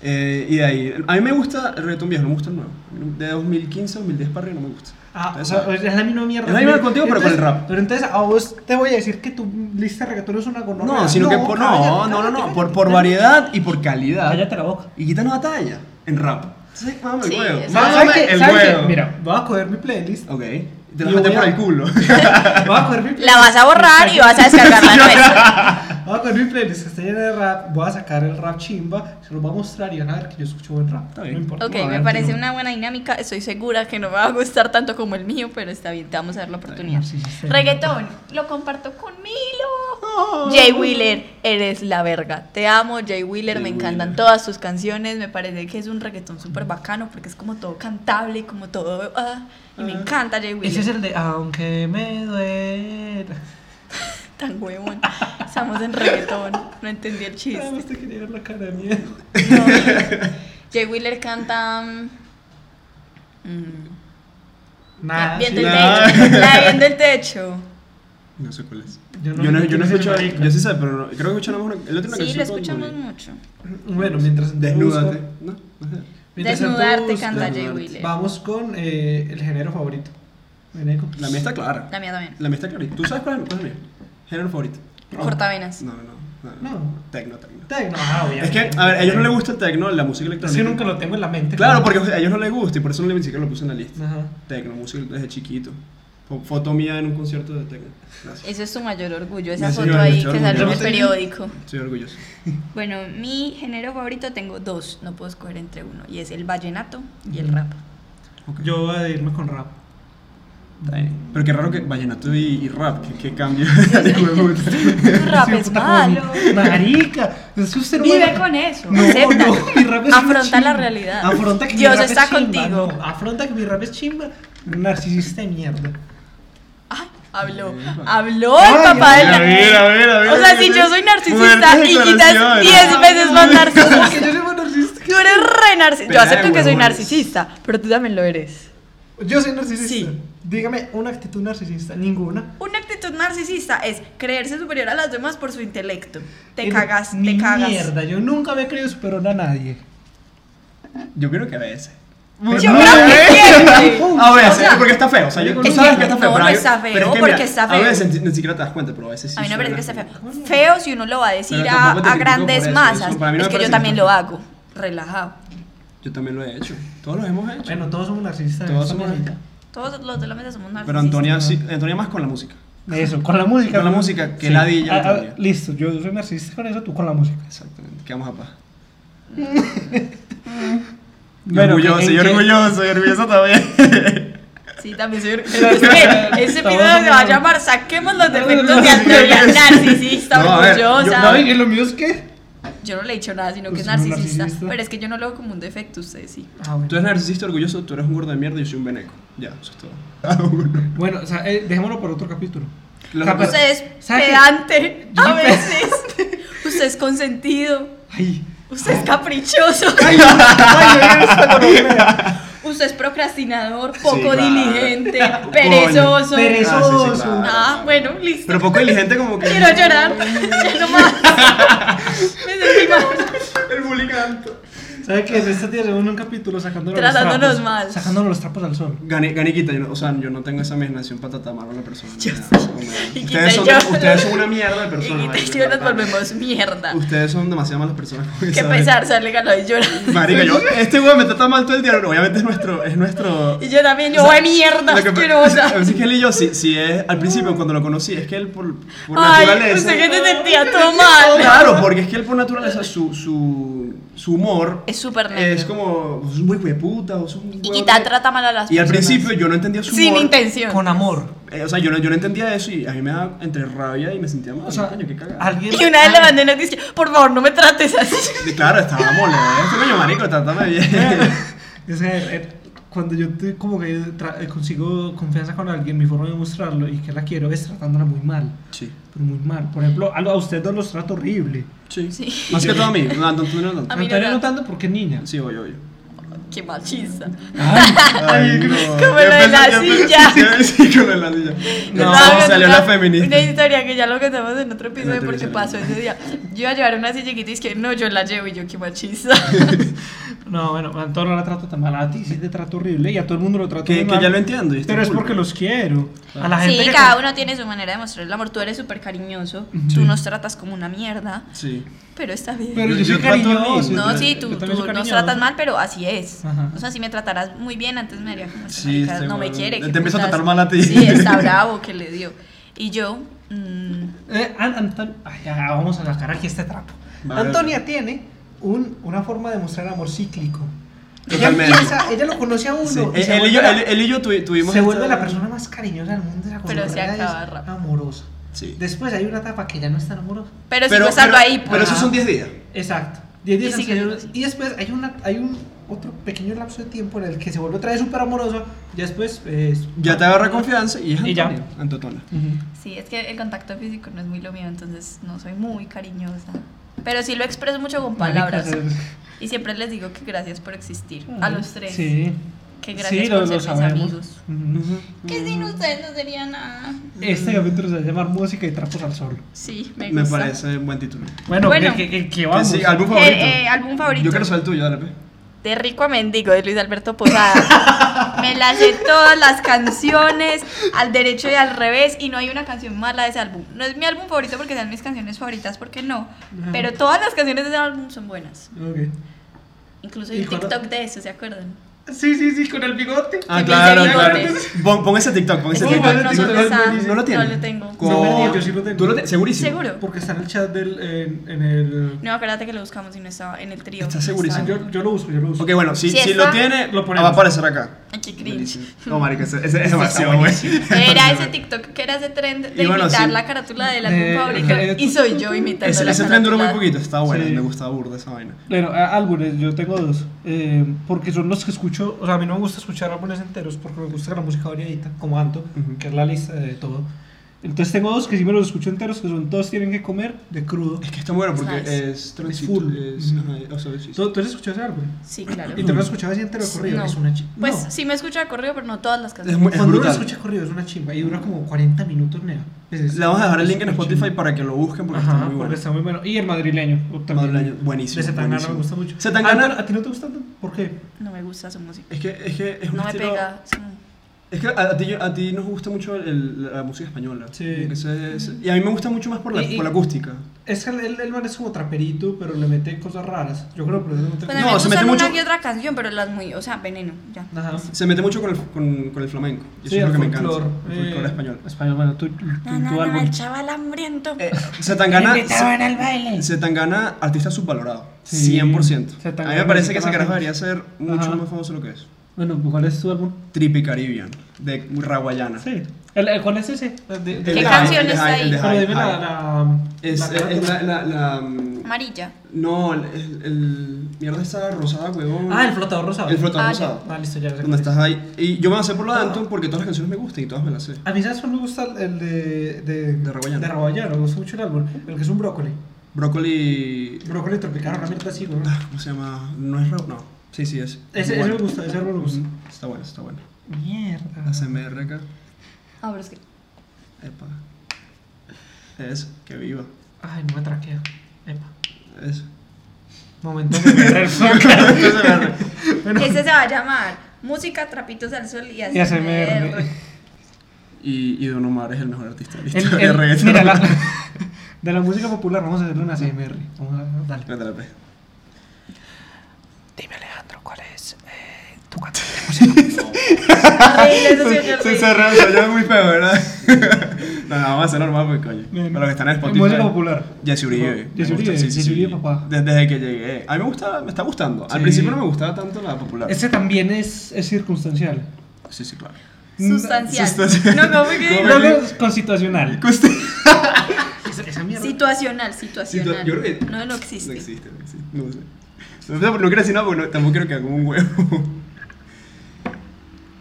[SPEAKER 1] Eh, y de ahí. A mí me gusta el reggaetón viejo, no me gusta el nuevo. A mí no- De 2015 a 2010 para arriba no me gusta.
[SPEAKER 2] Ah,
[SPEAKER 1] Ustedes saben.
[SPEAKER 2] es la misma mierda.
[SPEAKER 1] Es la misma contigo, pero con el
[SPEAKER 2] Entonces-
[SPEAKER 1] rap.
[SPEAKER 2] Pero entonces a vos te voy a decir que tu lista de reggaetón es una gonorrea.
[SPEAKER 1] No, sino que por.
[SPEAKER 2] cállate,
[SPEAKER 1] No, no, no,
[SPEAKER 2] cállate,
[SPEAKER 1] no.
[SPEAKER 2] cállate.
[SPEAKER 1] Por, por variedad y por calidad.
[SPEAKER 2] Cállate la boca.
[SPEAKER 1] Y quítanos a talla en rap. Sí, mámame
[SPEAKER 3] Sí,
[SPEAKER 1] el huevo.
[SPEAKER 3] exacto.
[SPEAKER 1] Mámame
[SPEAKER 2] ¿Sabes qué?
[SPEAKER 1] el
[SPEAKER 2] ¿Sabes qué?
[SPEAKER 1] huevo.
[SPEAKER 2] Mira, voy a coger mi playlist.
[SPEAKER 1] Ok. Te
[SPEAKER 2] Y
[SPEAKER 1] la metes
[SPEAKER 2] voy
[SPEAKER 1] por
[SPEAKER 2] a-
[SPEAKER 1] el culo.
[SPEAKER 2] Voy a coger mi playlist.
[SPEAKER 3] La vas a borrar y vas a descargar la nuestra.
[SPEAKER 2] Voy a coger mi playlist que está llena de rap. Voy a sacar el rap chimba. Se los voy a mostrar y van a ver que yo escucho buen rap.
[SPEAKER 1] Está bien.
[SPEAKER 2] No importa.
[SPEAKER 3] Ok,
[SPEAKER 2] voy a ver
[SPEAKER 3] me
[SPEAKER 2] que
[SPEAKER 3] parece
[SPEAKER 2] no.
[SPEAKER 3] una buena dinámica. Estoy segura que no me va a gustar tanto como el mío, pero está bien, te vamos a dar la oportunidad.
[SPEAKER 2] Sí, sí, sí.
[SPEAKER 3] Reggaetón, lo comparto con Milo. Jay Wheeler, eres la verga. Te amo, Jay Wheeler.
[SPEAKER 1] Jay
[SPEAKER 3] Me encantan
[SPEAKER 1] Wheeler.
[SPEAKER 3] todas sus canciones. Me parece que es un reggaetón súper bacano porque es como todo cantable, como todo. ah, y me encanta Jay Wheeler.
[SPEAKER 5] Ese es el de Aunque me duela.
[SPEAKER 3] Tan huevón. Estamos en reggaetón. No entendí el
[SPEAKER 2] Ah,
[SPEAKER 3] chiste.
[SPEAKER 2] usted quería ver la cara de miedo.
[SPEAKER 3] No. Jay Wheeler canta. mm, mm,
[SPEAKER 2] Nah,
[SPEAKER 3] viendo
[SPEAKER 2] Ah, sí.
[SPEAKER 3] el
[SPEAKER 1] nah.
[SPEAKER 3] techo. La de viendo el techo.
[SPEAKER 1] No sé cuál es.
[SPEAKER 2] Yo no-
[SPEAKER 1] Yo no,
[SPEAKER 2] yo
[SPEAKER 1] yo no
[SPEAKER 2] no sé
[SPEAKER 1] escucho.
[SPEAKER 2] marica.
[SPEAKER 1] Yo sí sé, pero no- creo que escuchamos una. El otro una
[SPEAKER 3] Sí,
[SPEAKER 1] canción
[SPEAKER 3] lo
[SPEAKER 1] con
[SPEAKER 3] escuchamos
[SPEAKER 1] Dualipa.
[SPEAKER 3] mucho.
[SPEAKER 2] Bueno, mientras
[SPEAKER 1] Desnúdate.
[SPEAKER 2] busco-
[SPEAKER 1] No, no sé.
[SPEAKER 2] mientras tanto
[SPEAKER 3] Desnudarte
[SPEAKER 2] busco-
[SPEAKER 3] canta Jay
[SPEAKER 1] desnudarte.
[SPEAKER 3] Wheeler.
[SPEAKER 2] Vamos con eh, el género favorito. Veneco.
[SPEAKER 1] La mía está clara.
[SPEAKER 3] La mía también.
[SPEAKER 1] La mía está clarita. ¿Tú sabes cuál es, cuál es la mía? Género favorito.
[SPEAKER 3] Cortavenas.
[SPEAKER 1] No, no, no. No.
[SPEAKER 2] No.
[SPEAKER 1] Tecno, tecno.
[SPEAKER 2] Tecno, ah,
[SPEAKER 1] Es
[SPEAKER 2] obviamente.
[SPEAKER 1] que, a ver, a ellos no les gusta el tecno, la música
[SPEAKER 2] Es
[SPEAKER 1] electrónica.
[SPEAKER 2] que nunca lo tengo en la mente.
[SPEAKER 1] Claro, porque a ellos no les gusta y por eso no le pensé que lo puse en la lista.
[SPEAKER 2] Ajá.
[SPEAKER 1] Tecno, música desde chiquito. Fo- Foto mía en un concierto de tecno. Gracias.
[SPEAKER 3] Eso es su mayor orgullo, esa
[SPEAKER 1] Me
[SPEAKER 3] foto
[SPEAKER 1] sirve
[SPEAKER 3] ahí
[SPEAKER 1] mucho
[SPEAKER 3] que
[SPEAKER 1] orgullo.
[SPEAKER 3] salió en
[SPEAKER 1] Yo
[SPEAKER 3] el
[SPEAKER 1] no tenía-
[SPEAKER 3] periódico.
[SPEAKER 1] Soy orgulloso.
[SPEAKER 3] Bueno, mi género favorito tengo dos, no puedo escoger entre uno, y es el vallenato y
[SPEAKER 2] Mm.
[SPEAKER 3] el rap.
[SPEAKER 1] Ok.
[SPEAKER 2] Yo voy a irme con rap.
[SPEAKER 1] Está bien. Pero qué raro que vallenato y, y rap, qué, qué cambio. de juego.
[SPEAKER 3] Tu rap
[SPEAKER 2] Sí,
[SPEAKER 3] es
[SPEAKER 2] puta,
[SPEAKER 3] malo.
[SPEAKER 2] como- Marica, es que usted no
[SPEAKER 3] Vive
[SPEAKER 2] va-
[SPEAKER 3] con eso,
[SPEAKER 2] No, no,
[SPEAKER 3] acéptalo.
[SPEAKER 2] mi rap es una
[SPEAKER 3] Afronta
[SPEAKER 2] chimba.
[SPEAKER 3] la realidad.
[SPEAKER 2] Afronta que mi
[SPEAKER 3] Dios
[SPEAKER 2] rap es
[SPEAKER 3] está
[SPEAKER 2] chimba,
[SPEAKER 3] contigo.
[SPEAKER 2] no, afronta que mi rap es chimba. Narcisista de mierda.
[SPEAKER 3] Ay, habló, habló el papá
[SPEAKER 2] ay,
[SPEAKER 3] del narcisista.
[SPEAKER 1] ver, a
[SPEAKER 3] O sea, si yo soy narcisista
[SPEAKER 1] Fuertes
[SPEAKER 3] y quitas
[SPEAKER 1] declaraciones.
[SPEAKER 3] 10 veces más
[SPEAKER 2] Porque
[SPEAKER 3] narcisista,
[SPEAKER 2] Ah, yo soy más narcisista.
[SPEAKER 3] tú eres re narcisista. Yo
[SPEAKER 1] Pelada de
[SPEAKER 3] acepto que soy
[SPEAKER 1] huevones.
[SPEAKER 3] narcisista, pero tú también lo eres.
[SPEAKER 2] Yo soy narcisista.
[SPEAKER 3] Sí.
[SPEAKER 2] Dígame una actitud narcisista. Ninguna.
[SPEAKER 3] Una actitud narcisista es creerse superior a las demás por su intelecto. Te
[SPEAKER 2] Eres
[SPEAKER 3] cagas,
[SPEAKER 2] mi
[SPEAKER 3] te cagas.
[SPEAKER 2] Mierda, yo nunca me he creído superón a nadie.
[SPEAKER 1] Yo creo que a veces.
[SPEAKER 3] Yo creo que siempre.
[SPEAKER 1] A veces,
[SPEAKER 3] O sea,
[SPEAKER 1] porque está feo. O sea, yo, tú
[SPEAKER 3] es
[SPEAKER 1] sabes
[SPEAKER 3] que
[SPEAKER 1] que está feo.
[SPEAKER 3] no,
[SPEAKER 1] pero
[SPEAKER 3] no
[SPEAKER 1] hay-
[SPEAKER 3] está feo,
[SPEAKER 1] pero es que,
[SPEAKER 3] porque
[SPEAKER 1] mira,
[SPEAKER 3] está
[SPEAKER 1] A
[SPEAKER 3] feo.
[SPEAKER 1] veces ni, ni siquiera te das cuenta, pero a veces sí.
[SPEAKER 3] A mí no me parece que está
[SPEAKER 1] suena.
[SPEAKER 3] feo. Feo si uno lo va a decir
[SPEAKER 1] Pero
[SPEAKER 3] a,
[SPEAKER 1] tampoco te
[SPEAKER 3] a
[SPEAKER 1] critico
[SPEAKER 3] grandes
[SPEAKER 1] por eso,
[SPEAKER 3] masas.
[SPEAKER 1] eso para mí no
[SPEAKER 3] es
[SPEAKER 1] me
[SPEAKER 3] que yo
[SPEAKER 1] parece
[SPEAKER 3] también
[SPEAKER 1] que
[SPEAKER 3] lo
[SPEAKER 1] está
[SPEAKER 3] hago. Relajado.
[SPEAKER 1] Yo también lo he hecho. Todos lo hemos hecho.
[SPEAKER 2] Bueno, todos somos narcisistas. en
[SPEAKER 1] Todos
[SPEAKER 2] esta
[SPEAKER 1] somos
[SPEAKER 2] mierda.
[SPEAKER 3] Todos los de la mesa somos narcisistas.
[SPEAKER 1] pero Antonia, sí, Antonia más con la música.
[SPEAKER 2] Eso, con la música.
[SPEAKER 1] Con la música, que
[SPEAKER 2] Sí.
[SPEAKER 1] ladilla,
[SPEAKER 2] Ah, ah,
[SPEAKER 1] Antonio.
[SPEAKER 2] Listo, yo soy narcisista con eso, tú con la música.
[SPEAKER 1] Exactamente. Quedamos a paz.
[SPEAKER 2] Bueno,
[SPEAKER 1] orgulloso,
[SPEAKER 2] ¿en
[SPEAKER 1] yo
[SPEAKER 2] qué?
[SPEAKER 1] orgulloso, yo orgulloso también.
[SPEAKER 3] Sí, también soy Es que ese
[SPEAKER 2] Todos
[SPEAKER 3] episodio se va a
[SPEAKER 2] somos-
[SPEAKER 3] llamar Saquemos los defectos de Antonia. Narcisista,
[SPEAKER 1] No, a ver, yo-
[SPEAKER 3] orgullosa.
[SPEAKER 2] No, y lo mío es que.
[SPEAKER 3] Yo no le he dicho nada, sino que
[SPEAKER 2] Pues
[SPEAKER 3] es
[SPEAKER 2] no,
[SPEAKER 3] narcisista.
[SPEAKER 2] narcisista.
[SPEAKER 3] Pero es que yo no lo hago como un defecto, ustedes sí.
[SPEAKER 2] Ah, bueno.
[SPEAKER 1] Tú eres narcisista orgulloso, tú eres un gordo de mierda y yo soy un veneco. Ya, eso es todo.
[SPEAKER 2] Bueno, o sea, eh, dejémoslo por otro capítulo.
[SPEAKER 1] Los-
[SPEAKER 2] Capaz-
[SPEAKER 1] los-
[SPEAKER 3] Usted es
[SPEAKER 2] ¿sabe qué?
[SPEAKER 3] pedante
[SPEAKER 2] Yo
[SPEAKER 3] a
[SPEAKER 2] pe-
[SPEAKER 3] veces. Usted es consentido.
[SPEAKER 2] Ay,
[SPEAKER 3] Usted es caprichoso.
[SPEAKER 2] ay, ay, esta gonorrea.
[SPEAKER 3] Usted es procrastinador, poco
[SPEAKER 1] claro.
[SPEAKER 3] diligente,
[SPEAKER 1] Coño,
[SPEAKER 3] perezoso.
[SPEAKER 2] perezoso.
[SPEAKER 1] Ah, sí, sí, claro.
[SPEAKER 3] Ah, bueno, listo.
[SPEAKER 1] Pero poco inteligente como que.
[SPEAKER 3] Quiero llorar. Ya no más. Me sentí mal.
[SPEAKER 1] El bullying alto.
[SPEAKER 2] ¿Sabes qué? De esta tía llevamos un capítulo sacándonos
[SPEAKER 3] Tratándonos
[SPEAKER 2] los trapos,
[SPEAKER 3] mal.
[SPEAKER 2] Sacándonos los trapos al sol.
[SPEAKER 1] Gané, gané y quita, yo no- o sea, yo no tengo esa imaginación para tratar mal a una persona.
[SPEAKER 3] Yo
[SPEAKER 1] Ya,
[SPEAKER 3] sí.
[SPEAKER 1] o menos.
[SPEAKER 3] Y quita
[SPEAKER 1] ustedes, son,
[SPEAKER 3] yo.
[SPEAKER 1] ustedes son una mierda de
[SPEAKER 3] Y
[SPEAKER 1] personas.
[SPEAKER 3] quita
[SPEAKER 1] marico,
[SPEAKER 3] y yo nos
[SPEAKER 1] verdad.
[SPEAKER 3] volvemos mierda.
[SPEAKER 1] Ustedes son demasiadas malas personas. con
[SPEAKER 3] Qué
[SPEAKER 1] esa-
[SPEAKER 3] pesar, sale ganado y llorar.
[SPEAKER 1] Marica, yo, este weón me trata mal todo el día. Obviamente es nuestro. Es nuestro
[SPEAKER 3] Y yo también, yo, ¡ay, mierda!
[SPEAKER 1] Lo que pa-
[SPEAKER 3] Asquerosa.
[SPEAKER 1] a veces que él y yo, si, si es al principio cuando lo conocí, es que él por, por
[SPEAKER 3] Ay,
[SPEAKER 1] naturaleza.
[SPEAKER 3] usted que te sentía todo mal.
[SPEAKER 1] Claro, porque es que él por naturaleza su, su, su humor
[SPEAKER 3] Es súper negro.
[SPEAKER 1] es como es un güey de puta o es un
[SPEAKER 3] Y
[SPEAKER 1] huevo
[SPEAKER 3] quita,
[SPEAKER 1] que-
[SPEAKER 3] trata mal a las
[SPEAKER 1] Y al
[SPEAKER 3] personas.
[SPEAKER 1] principio yo no entendía su
[SPEAKER 3] Sin
[SPEAKER 1] humor.
[SPEAKER 3] intención.
[SPEAKER 5] Con amor.
[SPEAKER 1] Eh, o sea, yo no, yo no entendía eso y a mí me daba entre rabia y me sentía mal.
[SPEAKER 2] O sea,
[SPEAKER 1] coño, qué cagada.
[SPEAKER 5] Alguien.
[SPEAKER 3] Y una vez le mandé una dice, por favor, no me trates así.
[SPEAKER 1] Y Claro, estaba molesto, coño, marico, trátame bien.
[SPEAKER 2] Es que eh, cuando yo te- como que tra- eh, consigo confianza con alguien, mi forma de mostrarlo y que la quiero es tratándola muy mal.
[SPEAKER 1] Sí,
[SPEAKER 2] Pero muy mal. Por ejemplo, a, lo- a ustedes dos los trato horrible.
[SPEAKER 1] sí.
[SPEAKER 3] Sí.
[SPEAKER 1] Más que todo a mí. No, no, tú no, no.
[SPEAKER 3] A mí no
[SPEAKER 2] Antonio no
[SPEAKER 3] tanto.
[SPEAKER 2] tanto porque es niña.
[SPEAKER 1] Sí, oye, oye.
[SPEAKER 3] Qué machista.
[SPEAKER 1] Ay, no.
[SPEAKER 3] Como lo de la
[SPEAKER 1] Ya empecé-
[SPEAKER 3] silla.
[SPEAKER 1] ya empecé- Sí, con lo de la silla. No,
[SPEAKER 3] Estaba viendo
[SPEAKER 1] salió
[SPEAKER 3] una-
[SPEAKER 1] la feminista.
[SPEAKER 3] Una historia que ya lo contamos en otro episodio
[SPEAKER 1] otro
[SPEAKER 3] porque
[SPEAKER 1] episodio.
[SPEAKER 3] pasó ese día. Yo iba a llevar una silla chiquita y es que no, yo la llevo y yo qué machista.
[SPEAKER 2] No, bueno, Antonio no la trato tan mal. A ti sí te trato horrible y a todo el mundo lo trato
[SPEAKER 1] Que,
[SPEAKER 2] muy
[SPEAKER 1] que
[SPEAKER 2] mal.
[SPEAKER 1] ya lo entiendo. y está
[SPEAKER 2] Pero es
[SPEAKER 1] cool.
[SPEAKER 2] porque los quiero. A la gente
[SPEAKER 3] Sí,
[SPEAKER 2] que-
[SPEAKER 3] cada uno tiene su manera de mostrar el amor. Tú eres súper cariñoso, tú nos tratas como una mierda,
[SPEAKER 1] Sí.
[SPEAKER 3] pero está bien.
[SPEAKER 2] Pero yo,
[SPEAKER 1] Yo-
[SPEAKER 2] soy
[SPEAKER 1] yo trato
[SPEAKER 2] cariñoso.
[SPEAKER 1] lindo.
[SPEAKER 3] no,
[SPEAKER 2] yo-
[SPEAKER 3] sí,
[SPEAKER 2] yo
[SPEAKER 3] tú,
[SPEAKER 2] también
[SPEAKER 3] tú
[SPEAKER 2] soy
[SPEAKER 3] nos
[SPEAKER 2] cariñoso.
[SPEAKER 3] tratas mal, pero así es.
[SPEAKER 2] Ajá.
[SPEAKER 3] O sea, si me trataras muy bien, antes me haría como esta
[SPEAKER 1] Sí,
[SPEAKER 3] marica,
[SPEAKER 1] este
[SPEAKER 3] no me
[SPEAKER 1] weón.
[SPEAKER 3] quiere.
[SPEAKER 1] Te
[SPEAKER 3] qué
[SPEAKER 1] empieza a
[SPEAKER 3] putas.
[SPEAKER 1] tratar mal a ti.
[SPEAKER 3] Sí, está bravo que le dio. Y yo, mm,
[SPEAKER 2] Eh, An- Anton- Ay, ya, vamos a sacar aquí este trapo.
[SPEAKER 1] Vale.
[SPEAKER 2] Antonia tiene un, una forma de mostrar amor cíclico.
[SPEAKER 1] Totalmente.
[SPEAKER 2] Ella, empieza- ella lo conoce a uno.
[SPEAKER 1] Sí.
[SPEAKER 2] y
[SPEAKER 1] Él,
[SPEAKER 2] se
[SPEAKER 1] él y
[SPEAKER 2] vuelve
[SPEAKER 1] yo,
[SPEAKER 2] la-
[SPEAKER 1] él- eh, él y yo tuvi- tuvimos.
[SPEAKER 2] se
[SPEAKER 1] esta-
[SPEAKER 2] vuelve la persona más cariñosa del mundo. esa
[SPEAKER 3] Pero se
[SPEAKER 2] gonorrea
[SPEAKER 3] acaba
[SPEAKER 2] es
[SPEAKER 3] rápido.
[SPEAKER 2] Amorosa.
[SPEAKER 1] Sí.
[SPEAKER 2] Después hay una etapa que ya no es tan amorosa.
[SPEAKER 3] pero, si no salgo ahí, pues.
[SPEAKER 1] Pero esos
[SPEAKER 2] eso
[SPEAKER 1] son 10 días.
[SPEAKER 2] Exacto. Diez días
[SPEAKER 3] Y sigue
[SPEAKER 2] anteriores-
[SPEAKER 3] siendo así.
[SPEAKER 2] y después hay, una, hay un otro pequeño lapso de tiempo en el que se vuelve otra vez súper amorosa. Y después. eh, es-
[SPEAKER 1] Ya te agarra confianza y es
[SPEAKER 2] Y ya.
[SPEAKER 1] Antonio. Antotona.
[SPEAKER 2] Ujú.
[SPEAKER 3] Sí, es que el contacto físico no es muy lo mío, entonces no soy muy cariñosa. Pero sí lo expreso mucho con palabras.
[SPEAKER 2] Marica,
[SPEAKER 3] Y siempre les digo que gracias por existir.
[SPEAKER 2] se-
[SPEAKER 3] A los tres.
[SPEAKER 2] Ah, Sí.
[SPEAKER 3] Que gracias
[SPEAKER 2] Sí, lo-
[SPEAKER 3] por
[SPEAKER 2] lo
[SPEAKER 3] ser mis
[SPEAKER 2] sabemos.
[SPEAKER 3] amigos. Mm.
[SPEAKER 2] Ujú.
[SPEAKER 3] Que sin ustedes no sería nada.
[SPEAKER 2] Este capítulo se va a llamar Música y Trapos al Sol.
[SPEAKER 3] Sí, me
[SPEAKER 1] Me
[SPEAKER 3] gusta.
[SPEAKER 1] parece un buen título.
[SPEAKER 2] Bueno,
[SPEAKER 3] Bueno.
[SPEAKER 2] Que, que, que
[SPEAKER 1] Que
[SPEAKER 2] vamos.
[SPEAKER 1] sí, álbum
[SPEAKER 3] Eh,
[SPEAKER 1] favorito.
[SPEAKER 3] eh, álbum favorito.
[SPEAKER 1] Yo quiero saber el tuyo, dale. pe.
[SPEAKER 3] De Rico a Mendigo, de Luis Alberto Posada. me las sé todas las canciones, al derecho y al revés, y no hay una canción mala de ese álbum. No es mi álbum favorito porque sean mis canciones favoritas, porque no.
[SPEAKER 2] Ajá.
[SPEAKER 3] Pero todas las canciones de ese álbum son buenas.
[SPEAKER 2] Ok.
[SPEAKER 3] Incluso hay
[SPEAKER 2] ¿Y
[SPEAKER 3] un
[SPEAKER 2] cuál-
[SPEAKER 3] TikTok de eso, ¿se acuerdan?
[SPEAKER 2] Sí, sí, sí, con el bigote.
[SPEAKER 1] Ah,
[SPEAKER 3] Que
[SPEAKER 1] claro,
[SPEAKER 3] mis
[SPEAKER 1] claro.
[SPEAKER 3] seguidores.
[SPEAKER 1] Pon, pon ese TikTok, pon ese
[SPEAKER 3] Ese
[SPEAKER 1] TikTok.
[SPEAKER 3] TikTok no
[SPEAKER 1] TikTok
[SPEAKER 3] solo
[SPEAKER 1] es
[SPEAKER 3] está-
[SPEAKER 1] buenísimo. ¿No lo tienes?
[SPEAKER 3] no lo tengo.
[SPEAKER 1] Con-
[SPEAKER 2] No, yo sí lo tengo.
[SPEAKER 1] ¿Tú lo tienes? Segurísimo.
[SPEAKER 3] ¿Seguro?
[SPEAKER 2] Porque está en el chat del. En, en el.
[SPEAKER 3] No, acuérdate que lo buscamos y no estaba en el trío.
[SPEAKER 1] ¿Estás
[SPEAKER 3] No
[SPEAKER 1] segurísimo?
[SPEAKER 3] estaba.
[SPEAKER 2] Yo, yo lo uso, yo lo uso.
[SPEAKER 1] Ok, bueno, si,
[SPEAKER 3] Si
[SPEAKER 1] si
[SPEAKER 3] está,
[SPEAKER 1] lo tiene, ah,
[SPEAKER 2] lo
[SPEAKER 1] va
[SPEAKER 2] ponemos.
[SPEAKER 1] a aparecer acá.
[SPEAKER 3] Ay, qué cringe.
[SPEAKER 1] Buenísimo. No, marica, ese, ese es demasiado, güey.
[SPEAKER 3] Era ese TikTok que era ese trend de
[SPEAKER 1] Y bueno,
[SPEAKER 3] imitar
[SPEAKER 1] sí. eh,
[SPEAKER 3] la carátula del
[SPEAKER 2] De-
[SPEAKER 3] álbum favorito.
[SPEAKER 2] de-
[SPEAKER 3] y soy yo imitando
[SPEAKER 1] Ese,
[SPEAKER 3] la
[SPEAKER 1] ese tren duró muy
[SPEAKER 3] carátula.
[SPEAKER 1] poquito, estaba bueno,
[SPEAKER 2] Sí.
[SPEAKER 1] me gustaba burda esa vaina.
[SPEAKER 2] Bueno, á- eh, álbumes, yo tengo dos. eh, porque son los que escucho. O sea, a mí no me gusta escuchar álbumes enteros porque me gusta la música variadita, como Anto,
[SPEAKER 1] Ujú.
[SPEAKER 2] que es la lista de todo. Entonces tengo dos que sí me los escucho enteros, que son Todos tienen que comer de crudo.
[SPEAKER 1] Es que está bueno porque
[SPEAKER 3] Nice.
[SPEAKER 1] es transito,
[SPEAKER 2] full.
[SPEAKER 1] es-
[SPEAKER 2] Ujú.
[SPEAKER 1] ajá, o sea, sí, sí.
[SPEAKER 2] ¿Tú, tú has escuchado ese álbum?
[SPEAKER 3] Sí, claro.
[SPEAKER 2] ¿Y te lo has escuchado así entero corrido?
[SPEAKER 3] No.
[SPEAKER 2] Es una chi-
[SPEAKER 3] Pues
[SPEAKER 2] no.
[SPEAKER 3] sí me escucha corrido, pero no todas las
[SPEAKER 1] Es
[SPEAKER 3] canciones.
[SPEAKER 1] muy- es
[SPEAKER 2] Cuando uno lo
[SPEAKER 1] brutal.
[SPEAKER 2] escucha corrido es una chimba y dura como 40 minutos, neo. Es-
[SPEAKER 1] Le vamos a dejar el
[SPEAKER 2] es
[SPEAKER 1] link en
[SPEAKER 2] una
[SPEAKER 1] Spotify
[SPEAKER 2] chimba.
[SPEAKER 1] para que lo busquen porque
[SPEAKER 2] Ajá,
[SPEAKER 1] está muy
[SPEAKER 2] porque
[SPEAKER 1] bueno.
[SPEAKER 2] está muy bueno. Y el madrileño. también.
[SPEAKER 1] Madrileño, buenísimo,
[SPEAKER 2] De Zetangana me
[SPEAKER 1] buenísimo.
[SPEAKER 2] gusta mucho.
[SPEAKER 1] Zetangana-
[SPEAKER 2] Ah, ¿A ti no te gusta tanto? ¿Por qué?
[SPEAKER 3] No me gusta su música.
[SPEAKER 1] Es que es, que es un
[SPEAKER 3] No me
[SPEAKER 1] estilo-
[SPEAKER 3] pega. su-
[SPEAKER 1] Es que a, a ti, a ti nos gusta mucho el- la música española.
[SPEAKER 2] Sí.
[SPEAKER 1] Como que ese- ese- y a mí me gusta mucho más por la,
[SPEAKER 2] Y- y-
[SPEAKER 1] por la acústica.
[SPEAKER 2] Es que el, el, el man es como traperito, pero le mete cosas raras. Yo creo que por eso no te
[SPEAKER 3] Pues a mí
[SPEAKER 1] No,
[SPEAKER 3] me
[SPEAKER 1] se
[SPEAKER 3] gustan
[SPEAKER 1] mete
[SPEAKER 3] una
[SPEAKER 1] mucho-
[SPEAKER 3] que otra canción, pero las muy. O sea, veneno, ya.
[SPEAKER 2] Ajá.
[SPEAKER 1] Se mete mucho con el, con, con el flamenco. Y eso
[SPEAKER 2] el
[SPEAKER 1] es lo que me encanta.
[SPEAKER 2] folclor,
[SPEAKER 1] El folclore
[SPEAKER 2] eh,
[SPEAKER 1] español.
[SPEAKER 2] Español, bueno, tu, tu, tu,
[SPEAKER 3] No, no, no,
[SPEAKER 2] álbum.
[SPEAKER 3] el chaval hambriento.
[SPEAKER 1] Eh, Zetangana, Se-
[SPEAKER 6] al baile.
[SPEAKER 1] Zetangana, artista subvalorado.
[SPEAKER 2] Sí.
[SPEAKER 1] 100%.
[SPEAKER 2] Zetangana
[SPEAKER 1] a mí me parece que
[SPEAKER 2] necesita
[SPEAKER 1] ese carajo
[SPEAKER 2] más
[SPEAKER 1] debería ser mucho
[SPEAKER 2] Ajá.
[SPEAKER 1] más famoso de lo que es.
[SPEAKER 2] Bueno, ¿cuál es tu álbum?
[SPEAKER 1] Trippy Caribbean, de Raguayana.
[SPEAKER 2] Sí. ¿El, el, ¿Cuál es ese? De- de-
[SPEAKER 1] El de High, el
[SPEAKER 3] canción
[SPEAKER 1] de
[SPEAKER 3] está
[SPEAKER 1] High,
[SPEAKER 3] ahí?
[SPEAKER 1] el de
[SPEAKER 2] Pero
[SPEAKER 1] High,
[SPEAKER 2] dime la...
[SPEAKER 1] High.
[SPEAKER 2] la
[SPEAKER 1] Es, es-
[SPEAKER 2] cara
[SPEAKER 1] es
[SPEAKER 2] que-
[SPEAKER 1] la, la- la, mm,
[SPEAKER 3] Amarilla.
[SPEAKER 1] No, el, el, el- Mierda está rosada, huevón.
[SPEAKER 2] Ah, el flotador rosado.
[SPEAKER 1] El flotador
[SPEAKER 3] Ah,
[SPEAKER 1] rosado.
[SPEAKER 2] Ah, listo, ya. ya sé
[SPEAKER 1] Donde
[SPEAKER 2] cuál es.
[SPEAKER 1] estás ahí. Y yo me voy a hacer por
[SPEAKER 2] Ah.
[SPEAKER 1] lo de Anton porque todas las canciones me gustan y todas me las sé.
[SPEAKER 2] A mí, ¿sabes cuál me gusta? El de... De,
[SPEAKER 1] De Raguayana.
[SPEAKER 2] De Raguayana, me gusta mucho el álbum. El que es un brócoli.
[SPEAKER 1] Brócoli.
[SPEAKER 2] Brócoli tropical, una mierda así, güey.
[SPEAKER 1] ah, ¿Cómo se llama? ¿No es Raw? No. Sí, sí, es.
[SPEAKER 2] Ese, ese
[SPEAKER 1] Bueno.
[SPEAKER 2] me gusta, ese álbum me gusta.
[SPEAKER 1] Ujú. Está bueno, está bueno.
[SPEAKER 2] Mierda.
[SPEAKER 1] ASMR acá.
[SPEAKER 3] Ah, pero es que.
[SPEAKER 1] Epa. Es, que viva.
[SPEAKER 2] Ay, no me traqueo. Epa.
[SPEAKER 1] Es.
[SPEAKER 2] Momento de ver el
[SPEAKER 3] Ese se va a llamar Música, Trapitos al Sol y
[SPEAKER 2] Y ASMR.
[SPEAKER 3] ASMR.
[SPEAKER 1] Y, y Don Omar es el mejor artista de la
[SPEAKER 2] El-
[SPEAKER 1] historia de
[SPEAKER 2] el-
[SPEAKER 1] reggaetón.
[SPEAKER 2] mira, la- de la música popular vamos a hacerle una CMR. Vamos a, dale.
[SPEAKER 1] Métela, pe.
[SPEAKER 6] Dime, Alejandro, ¿cuál es eh, tu canción?
[SPEAKER 3] Horrible, eso sí, yo
[SPEAKER 1] Se
[SPEAKER 3] reí.
[SPEAKER 1] cerró, se oyó muy feo, ¿verdad? no, no, vamos a hacer normal, pues coño.
[SPEAKER 2] Bien.
[SPEAKER 1] Para los que están en Spotify.
[SPEAKER 2] Música popular.
[SPEAKER 1] Jesse Uribe.
[SPEAKER 2] Jesse
[SPEAKER 1] me gusta,
[SPEAKER 2] Uribe,
[SPEAKER 1] sí, sí,
[SPEAKER 2] Jesse
[SPEAKER 1] sí.
[SPEAKER 2] Uribe, papá.
[SPEAKER 1] De- Desde que llegué. A mí me gusta, me está gustando. Al
[SPEAKER 2] Sí.
[SPEAKER 1] principio no me gustaba tanto la popular.
[SPEAKER 2] Este también es, es circunstancial.
[SPEAKER 1] Sí, sí, claro.
[SPEAKER 3] Sustancial.
[SPEAKER 1] Sustancial.
[SPEAKER 3] No, no, porque
[SPEAKER 1] ¿Cómo?
[SPEAKER 2] No, no, es constitucional.
[SPEAKER 1] Costa-
[SPEAKER 2] Esa, esa mierda.
[SPEAKER 3] Situacional,
[SPEAKER 1] Situa-
[SPEAKER 3] situacional.
[SPEAKER 1] yo creo que-
[SPEAKER 3] No, no existe.
[SPEAKER 1] No existe, no existe. No sé. No, no quiero decir nada porque no- tampoco quiero quedar como un huevo.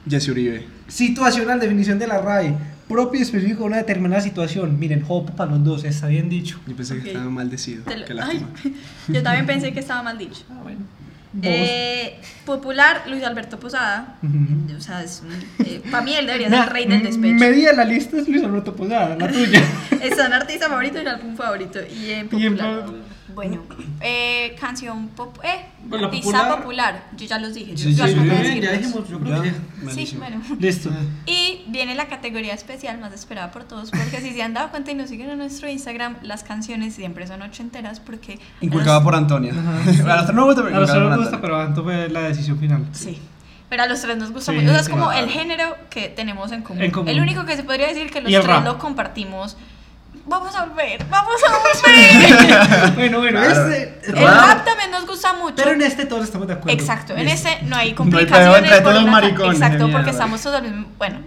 [SPEAKER 1] Jesse Uribe.
[SPEAKER 2] Situacional, definición de la RAE. Propio y específico de una determinada situación. Miren, hop para los dos, está bien dicho.
[SPEAKER 1] Yo pensé
[SPEAKER 3] Ok.
[SPEAKER 1] que estaba maldecido.
[SPEAKER 3] Te lo-
[SPEAKER 1] Qué
[SPEAKER 3] Ay,
[SPEAKER 1] lástima.
[SPEAKER 3] yo también pensé que estaba mal dicho.
[SPEAKER 2] Ah, bueno.
[SPEAKER 3] Eh, popular, Luis Alberto Posada.
[SPEAKER 2] Ujú.
[SPEAKER 3] O sea, es para mí él debería ser el rey del despecho.
[SPEAKER 2] Media la lista es Luis Alberto Posada, la tuya.
[SPEAKER 3] Es un artista favorito y el álbum favorito. Y en
[SPEAKER 2] Y en
[SPEAKER 3] popular.
[SPEAKER 2] pa-
[SPEAKER 3] Bueno, eh, canción pop, eh,
[SPEAKER 2] Bueno, la
[SPEAKER 3] artista popular.
[SPEAKER 2] popular.
[SPEAKER 3] Yo ya los dije.
[SPEAKER 1] Sí,
[SPEAKER 3] yo
[SPEAKER 1] sí,
[SPEAKER 3] acabo de
[SPEAKER 1] sí,
[SPEAKER 2] ya,
[SPEAKER 3] decirlos.
[SPEAKER 2] ya dijimos, yo creo que ya. Ah.
[SPEAKER 3] Sí,
[SPEAKER 1] malísimo.
[SPEAKER 3] bueno.
[SPEAKER 2] Listo.
[SPEAKER 3] Y viene la categoría especial más esperada por todos, porque si se han dado cuenta y nos siguen en nuestro Instagram, las canciones siempre son ochenteras, porque...
[SPEAKER 1] Inculcada por Antonia. A los tres no me gusta, pero inculcada
[SPEAKER 2] A nosotros nos
[SPEAKER 1] por
[SPEAKER 2] gusta,
[SPEAKER 1] Antonia.
[SPEAKER 2] pero Anto fue la decisión final.
[SPEAKER 3] Sí. Pero a los tres nos gusta
[SPEAKER 2] Sí,
[SPEAKER 3] mucho. O sea, es
[SPEAKER 2] sí,
[SPEAKER 3] como
[SPEAKER 1] claro.
[SPEAKER 3] el género que tenemos en común.
[SPEAKER 2] En común.
[SPEAKER 3] El único que se podría decir que los
[SPEAKER 2] Y el
[SPEAKER 3] tres
[SPEAKER 2] rap.
[SPEAKER 3] lo compartimos. Vamos a volver, vamos a volver.
[SPEAKER 2] bueno, bueno,
[SPEAKER 1] Claro.
[SPEAKER 2] este.
[SPEAKER 3] el rap también nos gusta mucho.
[SPEAKER 2] Pero en este todos estamos de acuerdo.
[SPEAKER 3] Exacto, en
[SPEAKER 2] Listo.
[SPEAKER 3] ese
[SPEAKER 1] No
[SPEAKER 3] no hay
[SPEAKER 1] hay pedo
[SPEAKER 3] complicaciones.
[SPEAKER 1] entre
[SPEAKER 3] por
[SPEAKER 1] todos
[SPEAKER 3] una-
[SPEAKER 1] maricones,
[SPEAKER 3] Exacto,
[SPEAKER 1] de
[SPEAKER 3] porque
[SPEAKER 1] mierda.
[SPEAKER 3] estamos todos del mismo- Bueno,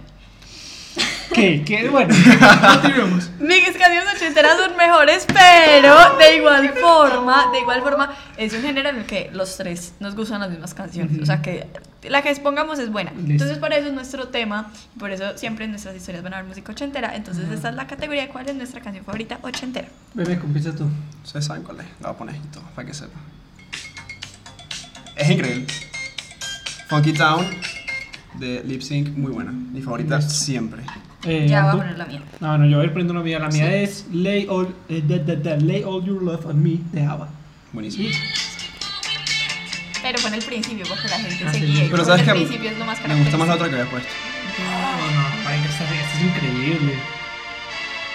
[SPEAKER 2] ¿Qué? ¿Qué? Bueno, continuemos.
[SPEAKER 3] mis canciones ochenteras son mejores, pero de igual forma, de igual forma, es un género en el que los tres nos gustan las mismas canciones. O sea que la que expongamos es buena.
[SPEAKER 2] Listo.
[SPEAKER 3] Entonces, por eso es nuestro tema. Por eso siempre en nuestras historias van a haber música ochentera. Entonces, esta es la categoría de cuál es nuestra canción favorita ochentera.
[SPEAKER 2] Bebé, comienza tú.
[SPEAKER 1] Ustedes saben cuál es. La voy a poner y todo, para que sepa. Es increíble. Funky Town de Lip Sync, muy buena. Mi favorita siempre.
[SPEAKER 2] Eh,
[SPEAKER 3] ya voy a
[SPEAKER 2] Anto.
[SPEAKER 3] poner la mía.
[SPEAKER 2] No, no, yo voy a ir poniendo una mía. La mía es lay all, eh, da, da, da, lay all Your Love on Me de ABBA.
[SPEAKER 1] Buenísimo.
[SPEAKER 3] Pero pon el principio, porque la gente
[SPEAKER 2] Ah,
[SPEAKER 3] se
[SPEAKER 2] sí.
[SPEAKER 3] guía. y
[SPEAKER 1] Pero
[SPEAKER 3] porque
[SPEAKER 1] sabes
[SPEAKER 3] el
[SPEAKER 1] que
[SPEAKER 3] principio es lo más
[SPEAKER 1] me gusta más la
[SPEAKER 3] característico.
[SPEAKER 1] otra que había puesto.
[SPEAKER 2] No, no, marica, esta, esta es increíble.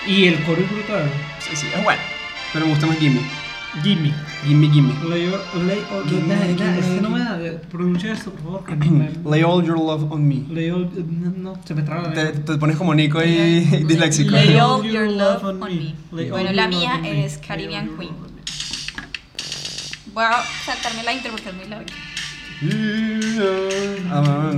[SPEAKER 2] Y el coro es brutal.
[SPEAKER 1] Sí, sí, es buena. Pero me gusta más Gimme.
[SPEAKER 2] Jimmy.
[SPEAKER 1] Gimme, Gimme.
[SPEAKER 2] Lay all, lay all, da, da, da. Es que no me da. Pronuncia esto, por favor. que no me-
[SPEAKER 1] Lay all your love on me.
[SPEAKER 2] Lay all, no, no, se me traba la
[SPEAKER 1] Te,
[SPEAKER 2] lengua.
[SPEAKER 1] te pones como Nico y disléxico.
[SPEAKER 3] Lay
[SPEAKER 2] Lay
[SPEAKER 3] all
[SPEAKER 2] all
[SPEAKER 3] your
[SPEAKER 2] your
[SPEAKER 3] love
[SPEAKER 2] love on
[SPEAKER 3] on
[SPEAKER 2] me.
[SPEAKER 3] me.
[SPEAKER 2] Lay all
[SPEAKER 3] Bueno,
[SPEAKER 2] your
[SPEAKER 3] la
[SPEAKER 2] love
[SPEAKER 3] mía
[SPEAKER 2] on me. Lay
[SPEAKER 3] es
[SPEAKER 2] all
[SPEAKER 3] Caribbean
[SPEAKER 2] your
[SPEAKER 3] Queen.
[SPEAKER 2] love on me.
[SPEAKER 3] Voy a saltarme la intro porque es muy larga.
[SPEAKER 1] Ah,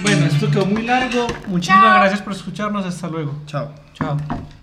[SPEAKER 2] Bueno, esto quedó muy largo. Muchísimas
[SPEAKER 3] Chao.
[SPEAKER 2] gracias por escucharnos. Hasta luego.
[SPEAKER 1] Chao.
[SPEAKER 2] Chao.